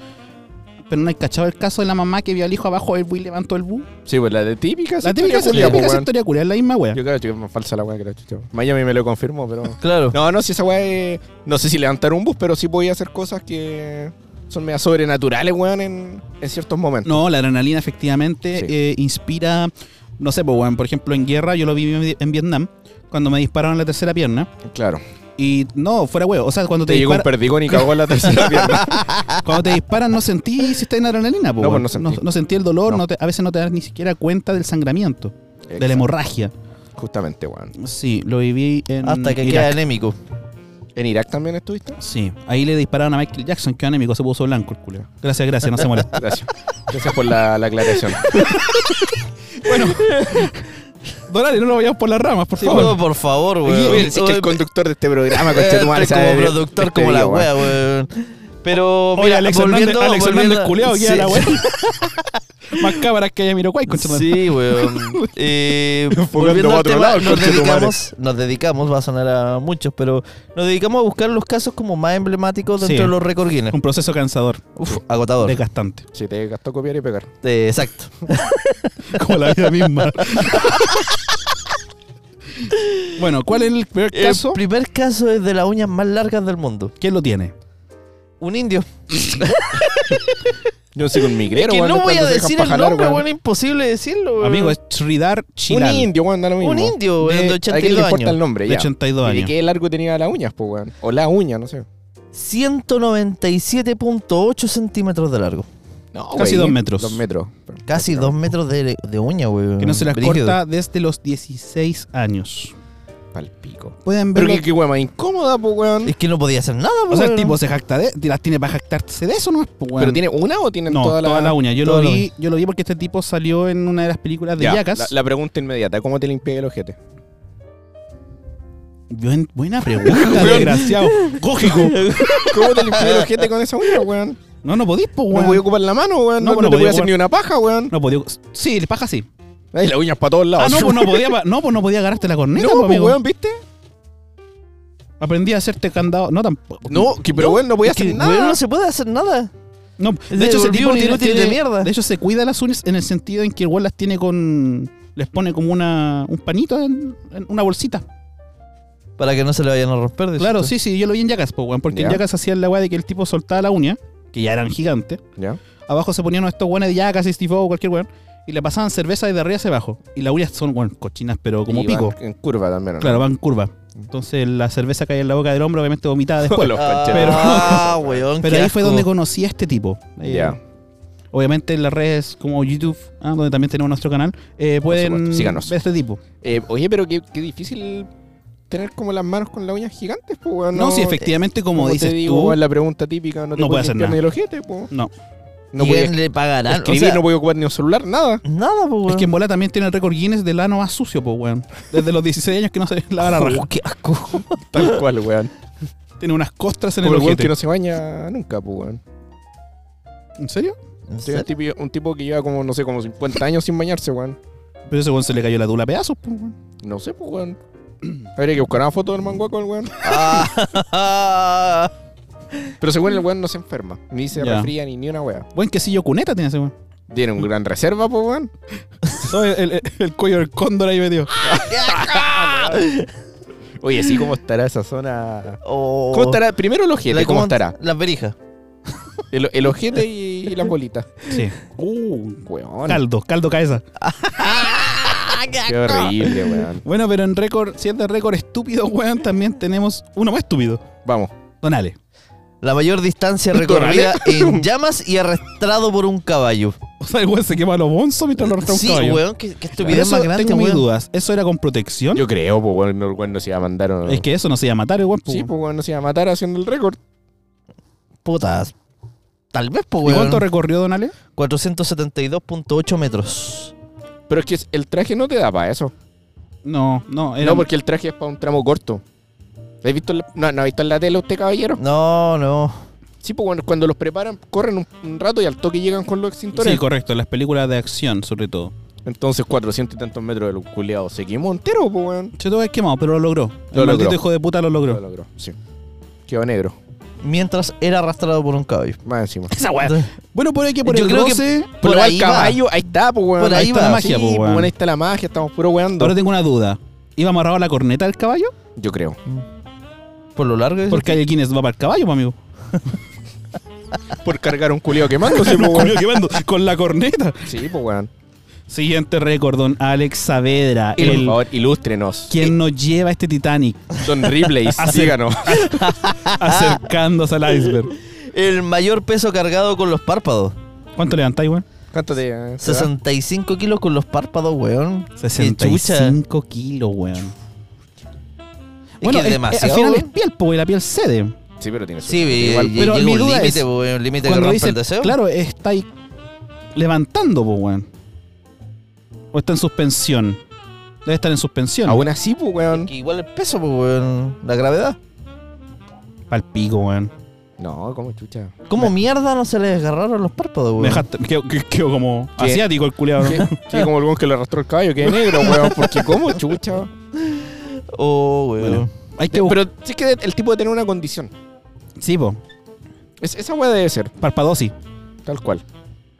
S1: pero no hay cachado el caso de la mamá que vio al hijo abajo del bus y levantó el bus.
S2: Sí, pues la de típica.
S1: La
S2: historia
S1: típica, la
S2: culia,
S1: típica
S2: pues, weón.
S1: historia culia, es la misma wea.
S2: Yo creo que es más falsa la weá que la chucha. Miami me lo confirmó, pero...
S3: Claro.
S2: No, no, si esa weá es... No sé si levantar un bus, pero sí podía hacer cosas que son medio sobrenaturales, weón, en, en ciertos momentos.
S1: No, la adrenalina efectivamente
S2: Sí.
S1: eh, inspira, no sé, pues, weón, por ejemplo en guerra, yo lo vi en, en Vietnam, cuando me dispararon la tercera pierna,
S2: Claro.
S1: y no, fuera huevo, o sea, cuando te,
S2: Te llegó un
S1: dispara-
S2: perdigón y cagó en la tercera pierna.
S1: Cuando te disparan no sentí si está en adrenalina, po,
S2: No,
S1: weón.
S2: pues, no sentí.
S1: sentí el dolor,
S2: No.
S1: no te- a veces no te das ni siquiera cuenta del sangramiento, de la hemorragia.
S2: Justamente, weón.
S1: Sí, lo viví en
S3: Hasta que queda
S1: Irak.
S3: anémico.
S2: ¿En Irak también estuviste?
S1: Sí, ahí le dispararon a Michael Jackson, que enemigo se puso blanco el culero. Gracias, gracias, no se molesta.
S2: Gracias. Gracias por la, la aclaración.
S1: Dólares, no lo vayamos por las ramas, por
S3: Oh, por favor, weón.
S2: Oye, si es que el
S3: Oye,
S2: conductor de este programa,
S3: Eh,
S2: concha tu madre,
S3: estoy
S2: sabe de- este
S3: como productor,
S2: de
S3: como la
S2: pedido,
S3: wea, weón. Pero,
S1: Oye,
S3: mira,
S1: Alex
S3: volviendo,
S1: Hernández, Alex
S3: volviendo-
S1: Hernández culeado, queda
S3: Sí.
S1: la wea. Más cámaras que haya Miroquai, concha tu madre.
S3: Sí, weón. Eh, volviendo
S2: pa'
S3: al
S2: otro
S3: tema,
S2: lado,
S3: nos
S2: concha tu madre.
S3: dedicamos, nos dedicamos, va a sonar a muchos, pero nos dedicamos a buscar los casos como más emblemáticos dentro
S1: Sí.
S3: de los récord Guinness.
S1: Un proceso cansador,
S3: Uf, agotador.
S1: desgastante.
S2: Si te gastó copiar y pegar.
S3: Eh, exacto.
S1: Como la vida misma. bueno, ¿cuál es el peor caso?
S3: El primer caso es de las uñas más largas del mundo.
S1: ¿Quién lo tiene?
S3: Un indio.
S2: Yo sigo un migrero,
S3: que
S2: weón,
S3: no voy a
S2: cuando se dejan
S3: decir
S2: pa'
S3: el
S2: jalar,
S3: nombre,
S2: weón.
S3: weón, imposible decirlo, weón.
S1: Amigo, es Tridar
S2: Un
S1: Chilal.
S2: indio, weón, da lo mismo.
S3: Un indio,
S2: De-
S3: weón, de
S2: ¿A quién le
S3: 82
S2: importa el
S3: años.
S2: nombre?
S1: de
S2: Ya.
S1: 82
S2: ¿Y de
S1: años.
S2: qué largo tenía las uñas, pues, weón? O la uña, no sé.
S3: 197.8 centímetros de largo.
S2: No,
S1: Casi
S2: güey,
S1: dos metros.
S2: Dos metros.
S3: Casi dos metros de, de uña, weón.
S1: Que no se las
S3: Brígido.
S1: corta desde los 16 años.
S2: Palpico.
S1: Pueden
S2: Pero
S1: verlo.
S2: qué, qué weón más incómoda, pues, weón.
S3: Es que no podía hacer nada,
S1: O sea, el
S3: weón.
S1: tipo se jacta de. Las tiene para jactarse de eso, ¿no? Pues, weón.
S2: ¿Pero tiene una o tienen
S1: no,
S2: toda
S1: toda
S2: la,
S1: la, uña. Yo lo
S3: toda la
S1: vi, yo lo vi porque este tipo salió en una de las películas de
S2: Ya,
S1: Jackass.
S2: la, la pregunta inmediata, ¿cómo te limpié el ojete?
S1: Buen- buena pregunta, desgraciado. Gógico.
S2: ¿Cómo te limpié el ojete con esa uña, weón?
S1: No, no podís, pues,
S2: No
S1: weón.
S2: voy a ocupar la mano, weón.
S1: No,
S2: No,
S1: pues, no
S2: no te voy
S1: podía
S2: a hacer
S1: ocupar-
S2: ni una paja, weón.
S1: No podía. Sí, le paja sí.
S2: Ay, la uña para todos
S1: Ah,
S2: lados.
S1: no, pues no podía, pa- no, pues no podía agarrarte la corneta,
S2: No,
S1: pues,
S2: pues,
S1: amigo.
S2: weón, ¿viste?
S1: Aprendí a hacerte candado. No, tampoco.
S2: No, que, pero weón, no podía
S3: Es que,
S2: hacer
S3: weón,
S2: nada.
S3: no se puede hacer nada.
S1: No,
S3: Se
S1: de hecho, ese
S3: volvió
S1: tipo
S3: un
S1: tiene-
S3: inútil de
S1: tiene-
S3: mierda.
S1: De hecho, se cuida las uñas en el sentido en que el weón las tiene con. Les pone como una, un panito en, en una bolsita.
S3: Para que no se le vayan a romper. dices
S1: Claro,
S3: tú.
S1: sí, sí, yo lo vi en Jackass, po, weón, porque en
S2: Ya.
S1: Jackass hacían la weá de que el tipo soltaba la uña, que ya eran gigantes.
S2: Ya.
S1: Abajo se ponían estos weones de Jackass, Steve O, cualquier weón, y le pasaban cerveza desde arriba hacia abajo. Y las uñas son, weón, cochinas, pero como
S2: Y van
S1: pico.
S2: En curva también, ¿no?
S1: Claro, van curva. Entonces la cerveza caía en la boca del hombre, obviamente vomitada después.
S2: Los conchetes.
S1: pero-
S3: Ah, weón,
S1: pero
S3: qué
S1: ahí fue
S3: asco.
S1: donde conocí a este tipo. Eh,
S2: Ya.
S1: Obviamente en las redes como YouTube, ah, donde también tenemos nuestro canal, eh, pueden
S2: supuesto, síganos.
S1: ver este tipo.
S2: Eh, oye, pero qué, qué difícil tener como las manos con las uñas gigantes, pues, weón.
S1: No, sí, efectivamente, como,
S2: te
S1: dices
S2: digo,
S1: tú.
S2: es la pregunta típica, no te
S1: No
S2: puedes
S1: puede hacer
S2: limpiar
S1: nada.
S2: ni el ojete, po.
S1: No,
S2: No
S3: ¿Y
S2: puedes
S3: quién le pagarán? O
S2: escribir,
S3: sea,
S2: no puedes ocupar ni un celular, nada.
S3: Nada, po, weón.
S1: es que en bola también tiene el récord Guinness del ano más sucio, pues, weón. Desde los 16 años que no se lava la raja.
S3: Oh, qué asco.
S2: Tal cual, weón.
S1: Tiene unas costras en
S2: Como el
S1: el
S2: weón
S1: ojete.
S2: que no se baña nunca, pues, weón.
S1: ¿En serio?
S3: ¿En
S2: Soy un
S3: serio?
S2: tipo, un tipo que lleva como, no sé, como 50 años sin bañarse, weón.
S1: Pero ese weón se le cayó la dula a pedazos, pues, weón.
S2: No sé, pues, weón. Habría que buscar una foto del manguaco, el weón.
S3: Ah.
S2: Pero según el weón no se enferma. Ni se
S1: Ya.
S2: resfría ni, ni una weá.
S1: Buen quesillo cuneta tiene ese weón.
S2: Tiene un gran reserva, pues, weón.
S1: Todo el, el- el cuello del cóndor ahí metido.
S2: Oye, sí, ¿cómo estará esa zona?
S3: Oh.
S2: ¿Cómo estará? Primero el ojete,
S3: La-
S2: ¿cómo estará?
S3: Las verijas.
S2: El, el ojete y, y las bolitas.
S1: Sí.
S2: Uh, weón.
S1: Caldo, caldo cabeza.
S2: Ah, Qué horrible, weón.
S1: Bueno, pero en récord, si es de récord estúpido, weón, también tenemos uno más estúpido.
S2: Vamos.
S1: Donale.
S3: La mayor distancia recorrida en llamas y arrastrado por un caballo.
S1: O sea, el weón se quema a los bonzos mientras lo arrastra un
S3: Sí,
S1: caballo.
S3: weón, qué, qué
S1: Pero
S3: estupidez
S1: eso
S3: Este más grande,
S1: tengo mis
S3: weón.
S1: dudas. ¿Eso era con protección?
S2: Yo creo, pues, weón, no, weón, no se iba a mandar. o-
S1: Es que eso no se iba a matar, el weón. po,
S2: Sí,
S1: weón.
S2: pues, weón, no se iba a matar haciendo el récord.
S3: Putas. Tal vez, pues,
S1: ¿Y
S3: weón.
S1: cuánto recorrió Donale?
S3: 472.8 metros.
S2: Pero es que el traje no te da para eso.
S1: No, no, era
S2: No, porque el traje es para un tramo corto. ¿Has visto la- no, ¿No ha visto en la tele usted, caballero?
S3: No, no.
S2: Sí, pues cuando, cuando los preparan, corren un, un rato y al toque llegan con los extintores.
S1: Sí, correcto, las películas de acción, sobre todo.
S2: Entonces, 400 y tantos metros de los culeados se quemó entero, pues, weón.
S1: Se tuvo quemado, pero lo logró.
S2: Lo
S1: el maldito
S2: logró.
S1: hijo de puta lo
S2: Lo
S1: logró.
S2: logró, sí. Quedó negro,
S3: Mientras era arrastrado por un caballo.
S2: más encima.
S1: Esa weá.
S3: Entonces,
S1: Bueno, por aquí, por
S3: Yo
S1: el
S3: creo que-
S1: roce,
S3: Por
S2: Pero
S3: ahí
S2: el
S3: va.
S2: caballo, ahí está, pues, weón.
S3: Por ahí
S1: está la
S3: va.
S1: magia,
S2: sí,
S1: pues,
S2: pues,
S1: weón.
S2: weón, ahí está la magia, estamos puro weando.
S1: Ahora tengo una duda. ¿Iba amarrado a la corneta del caballo?
S2: Yo creo.
S3: Por lo largo. dice.
S1: Porque hay quienes va para el caballo, pues, amigo.
S2: Por cargar un culeado quemándose, pues, weón.
S1: Culiao quemando con la corneta.
S2: Sí, pues, weón.
S1: Siguiente récord, don Alex Saavedra.
S2: Por
S1: El,
S2: favor, ilústrenos.
S1: quien nos lleva este Titanic
S2: Don Ripley,
S1: Hace-
S2: síganos.
S1: acercándose al iceberg.
S3: El mayor peso cargado con los párpados.
S1: ¿Cuánto levantáis, weón?
S2: ¿Cuánto te eh, te da?
S3: 65 kilos con los párpados, weón. Qué chucha.
S1: 65 kilos, weón.
S3: Es que es
S1: el-
S3: demasiado,
S1: al final
S3: weón.
S1: es piel, pues, y la piel cede.
S2: Sí, pero tiene
S3: Sí,
S2: suerte.
S3: y-
S2: Igual,
S3: y
S1: pero
S3: llega
S1: mi
S3: un
S1: duda
S3: límite,
S1: es,
S3: po, weón, un límite que
S1: Cuando
S3: rompe
S1: dice,
S3: el deseo.
S1: claro, está ahí levantando, pues, weón. O está en suspensión. Debe estar en suspensión.
S2: Aún así, pues, weón.
S3: Que igual el peso, pues, weón, la gravedad.
S1: Pal pico, weón.
S2: No, como chucha.
S3: ¿Cómo mierda no se le desgarraron los párpados, weón?
S1: Me dejaste, quedo, que- quedo como
S2: ¿Qué?
S1: asiático el culiado.
S2: Que, que como el weón que le arrastró el caballo, que es negro, weón. Porque como chucha.
S3: Oh, weón.
S1: Bueno. Hay que buscar.
S2: Pero sí que el tipo de tener una condición.
S1: Sí, po.
S2: Es- esa weá debe ser,
S1: Parpadosis.
S2: tal cual.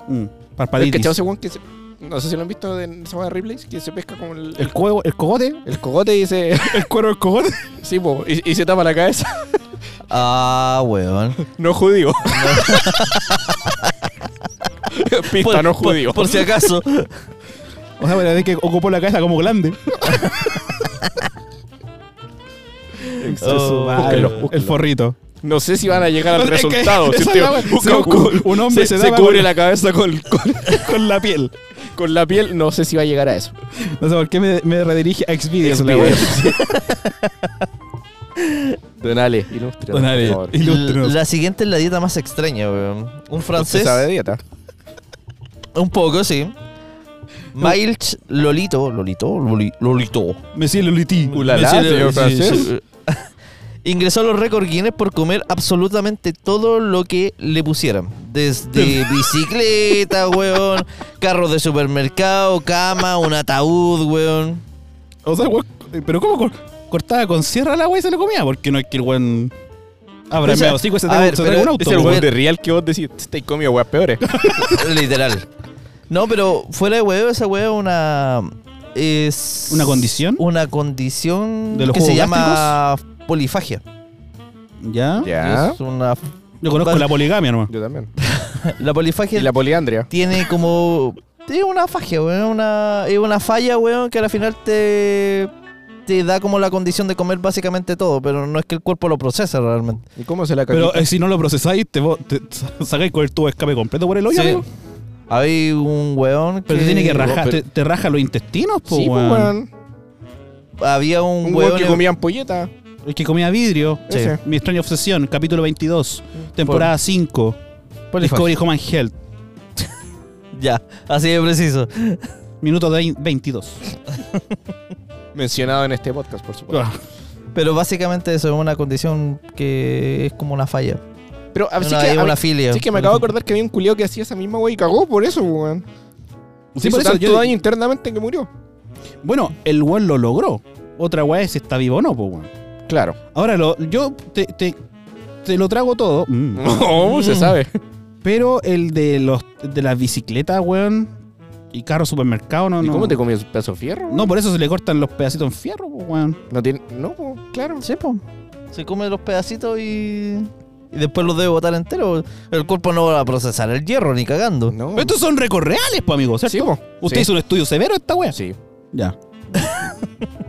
S1: Mm,
S2: El
S1: Parpaditis.
S2: cachado ese weón que se- No sé si lo han visto de- en esa weá de Ripley's, que se pesca con el,
S1: El
S2: el,
S1: cuevo, el cogote.
S2: cogote y se.
S1: El cuero del cogote.
S2: sí, po, y, y se tapa la cabeza.
S3: Ah, weón.
S2: No judío. Pista,
S3: Por-
S2: no
S3: por-
S2: judío.
S3: Por, si acaso.
S1: O sea, parece que ocupó la cabeza como grande.
S3: Oh,
S2: Búsquenlo,
S1: El
S2: búsquenlo.
S1: forrito.
S2: No sé si van a llegar al
S1: Es que
S2: resultado. Si
S1: esa
S2: usted
S1: es la weá.
S2: busca
S1: Se
S2: un-
S1: cu- un hombre se
S2: se
S1: tapa
S2: cubre
S1: con-
S2: la cabeza con, con,
S1: Con la piel.
S2: con la piel, no sé si va a llegar a eso.
S1: No sé por qué me, me redirige a Xvideos. la wea.
S2: Donale, ilustre.
S1: Don Ale, ilústrenos.
S3: La siguiente es la dieta más extraña, weón. Un francés.
S2: sabe dieta?
S3: Un poco, sí. Miles Lolito. Lolito. Loli- Lolito.
S1: Monsieur Loliti.
S2: Ulala,
S1: Monsieur-
S2: señor
S1: sí, sí,
S2: francés.
S1: sí.
S3: Ingresó a los récords Guinness por comer absolutamente todo lo que le pusieran. Desde bicicleta, weón, carros de supermercado, cama, un ataúd, weón.
S1: O sea, weón, pero ¿cómo cor- cortaba con sierra la wea y se lo comía? Porque no es que el weón. Abra
S3: Esa-
S1: el hocico y se
S3: a
S1: trae
S3: ver,
S1: se
S3: pero
S1: trae un
S2: Es
S1: auto.
S2: el
S1: po.
S2: weón de Real que vos decís, estáis comido weas peores.
S3: Literal. No, pero fuera de huevo, esa hueá es una. Es.
S1: ¿Una condición?
S3: Una condición
S1: ¿De los
S3: que se
S1: jugos
S3: llama polifagia.
S1: Ya.
S2: Ya.
S3: Es una-
S1: Yo conozco
S3: Vale.
S1: la poligamia, hermano.
S2: Yo también.
S3: la
S2: Y
S3: polifagia
S2: la poliandria.
S3: tiene como. Es una fagia, weón. Una, es una falla, weón, que al final te. Te da como la condición de comer básicamente todo, pero no es que el cuerpo lo procese realmente.
S2: ¿Y cómo se la
S1: Pero
S2: caquita?
S1: eh, si no lo procesáis, te, vo- te sa- sacáis con el tubo de escape completo por el hoyo,
S3: Sí.
S1: amigo.
S3: Hay un weón que.
S1: Pero te tiene que rajar,
S2: pero-
S1: te, te raja los intestinos, po,
S2: Sí, pues,
S1: weón.
S2: weón.
S3: Había un,
S2: Un
S3: weón.
S2: weón que comía ampolleta.
S1: El que comía vidrio.
S3: Sí.
S2: Ese.
S1: Mi extraña obsesión, capítulo 22, temporada 5. Discovery Home and Health,
S3: Ya, así de preciso.
S1: minuto de 22.
S2: Mencionado en este podcast, por supuesto.
S1: Ah,
S3: Pero básicamente eso es una condición que es como una falla.
S2: Pero así
S3: no,
S2: Ah, que,
S3: hay
S2: a
S3: una
S2: mí-
S3: filia.
S2: sí que me acabo de acordar que había un culiao que hacía esa misma wey y cagó por eso, weón.
S1: Sí,
S2: Se hizo
S1: por eso,
S2: tanto
S1: yo-
S2: daño internamente que murió.
S1: Bueno, el weón lo logró. Otra weá es si está vivo o no, pues weón.
S2: Claro.
S1: Ahora, lo, yo te, te- te lo trago todo. mm,
S2: No, pues, se sabe.
S1: Pero el de los de las bicicletas, weón, y carro supermercado, no,
S2: ¿Y
S1: no.
S2: cómo te comió el pedazo de fierro?
S1: No, por eso se le cortan los pedacitos en fierro, po, weón.
S2: No tiene. No, po, claro.
S3: Sí, po. Se come los pedacitos y. Y después los debe botar entero. El cuerpo no va a procesar el hierro ni cagando.
S2: No.
S1: Pero estos son récords reales, pues, amigo, ¿cierto?
S2: Sí, po.
S1: Usted
S2: Sí.
S1: hizo un estudio severo de esta weá.
S2: Sí.
S1: Ya.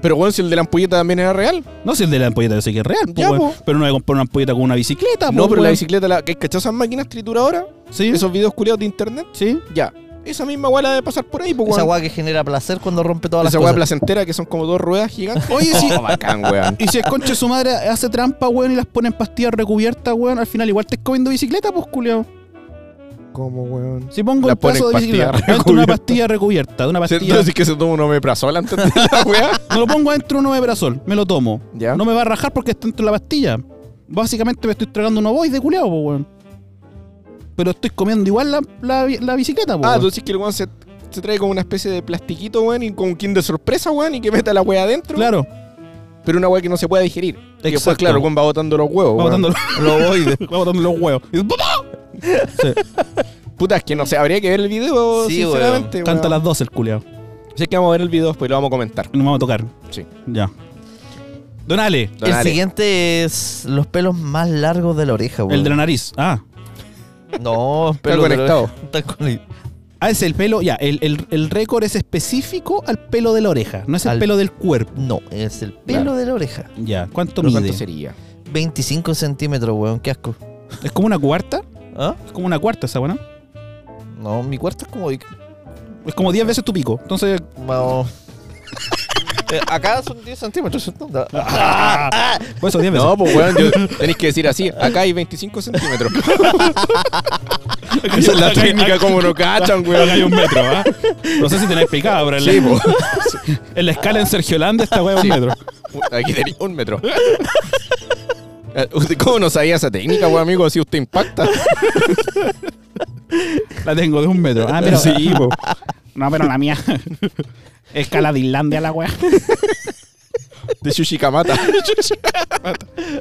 S2: Pero bueno, si el de la ampolleta también era real.
S1: No si el de la ampolleta yo sé que es real, po,
S2: Ya,
S1: weón.
S2: po.
S1: Pero no voy a comprar una ampolleta con una bicicleta, po,
S2: No, pero
S1: weón.
S2: la bicicleta, la, que cachó esas máquinas trituradoras,
S1: Sí,
S2: esos videos culiados de internet,
S1: sí.
S2: ya. Esa misma weá la de pasar por ahí, po,
S3: Esa
S2: weón.
S3: agua que genera placer cuando rompe todas las
S2: Esa weá
S3: cosas.
S2: placentera que son como dos ruedas gigantes.
S1: Oye, sí.
S2: Oh, bacán, weón.
S1: Y si el conche de su madre hace trampa, weón, y las pone en pastillas recubiertas, weón, al final igual te es comiendo bicicleta, pues, culiao.
S2: ¿Cómo, weón?
S1: Si pongo
S2: La
S1: un
S2: pone
S1: pedazo
S2: en
S1: de bicicleta, dentro de
S2: pastilla
S1: una
S2: recubierta.
S1: pastilla recubierta, de una pastilla.
S2: Entonces que se toma un omeprazol antes de la weá.
S1: Me lo pongo adentro de un omeprazol, me lo tomo.
S2: Ya.
S1: No me va a rajar porque está dentro de la pastilla. Básicamente me estoy tragando un ovoide de culeado, po, weón. Pero estoy comiendo igual la, la, la bicicleta, po,
S2: Ah,
S1: weón.
S2: tú decís que el weón se, se trae como una especie de plastiquito, weón, y con un kind de sorpresa, weón, y que meta la weá adentro.
S1: Claro.
S2: Pero una weá que no se puede digerir. Y después,
S1: Exacto.
S2: claro, el weón va botando los huevos.
S1: Va
S2: Oh, weón.
S1: botando, los ovoides. Va botando los huevos. Y, ¡papá!
S2: Puta, es que no sé, habría que ver el video,
S3: Sí,
S2: sinceramente. weón.
S1: Canta a las 12 el culeado.
S2: Si es que vamos a ver el video después, lo vamos a comentar.
S1: Y nos vamos a tocar.
S2: Sí.
S1: Ya. Donale.
S3: El
S2: Dale.
S3: siguiente es los pelos más largos de la oreja, weón.
S1: El de la nariz. Ah.
S3: No,
S2: Está
S3: pelo de la
S2: conectado.
S3: oreja. Está conectado.
S1: Ah, es el pelo. Ya, el, el, el récord es específico al pelo de la oreja. No es el
S3: Al-
S1: pelo del cuerpo.
S3: No, es el pelo
S2: Claro.
S3: de la oreja.
S1: Ya. ¿Cuánto
S2: Pero
S1: mide?
S2: ¿Cuánto sería?
S3: 25 centímetros, weón. Qué asco.
S1: ¿Es como una cuarta?
S3: ¿Ah?
S1: Es como una cuarta esa, weón. ¿no?
S3: No, mi cuarto es como...
S1: Es como 10 veces tu pico. Entonces,
S3: Vamos. Eh, acá son 10 centímetros, ¿cierto? Da-
S1: por eso 10 veces.
S2: No, pues weón, yo, tenéis que decir así, acá hay 25 centímetros. Esa es la
S1: Acá hay-
S2: técnica como no cachan,
S1: Acá hay
S2: weón.
S1: un metro, ¿ah? No sé si tenés picado, pero en,
S2: Sí,
S1: la,
S2: po.
S1: en la escala en Sergio Landa esta weá es un metro.
S2: Aquí tenéis un metro. Eh, ¿usted ¿Cómo no sabía esa técnica, weón, amigo? Así usted impacta.
S1: La tengo de un metro. Ah, pero
S2: Sí, po.
S1: No, pero la mía. Escala de Islandia la weá.
S2: De Shushikamata.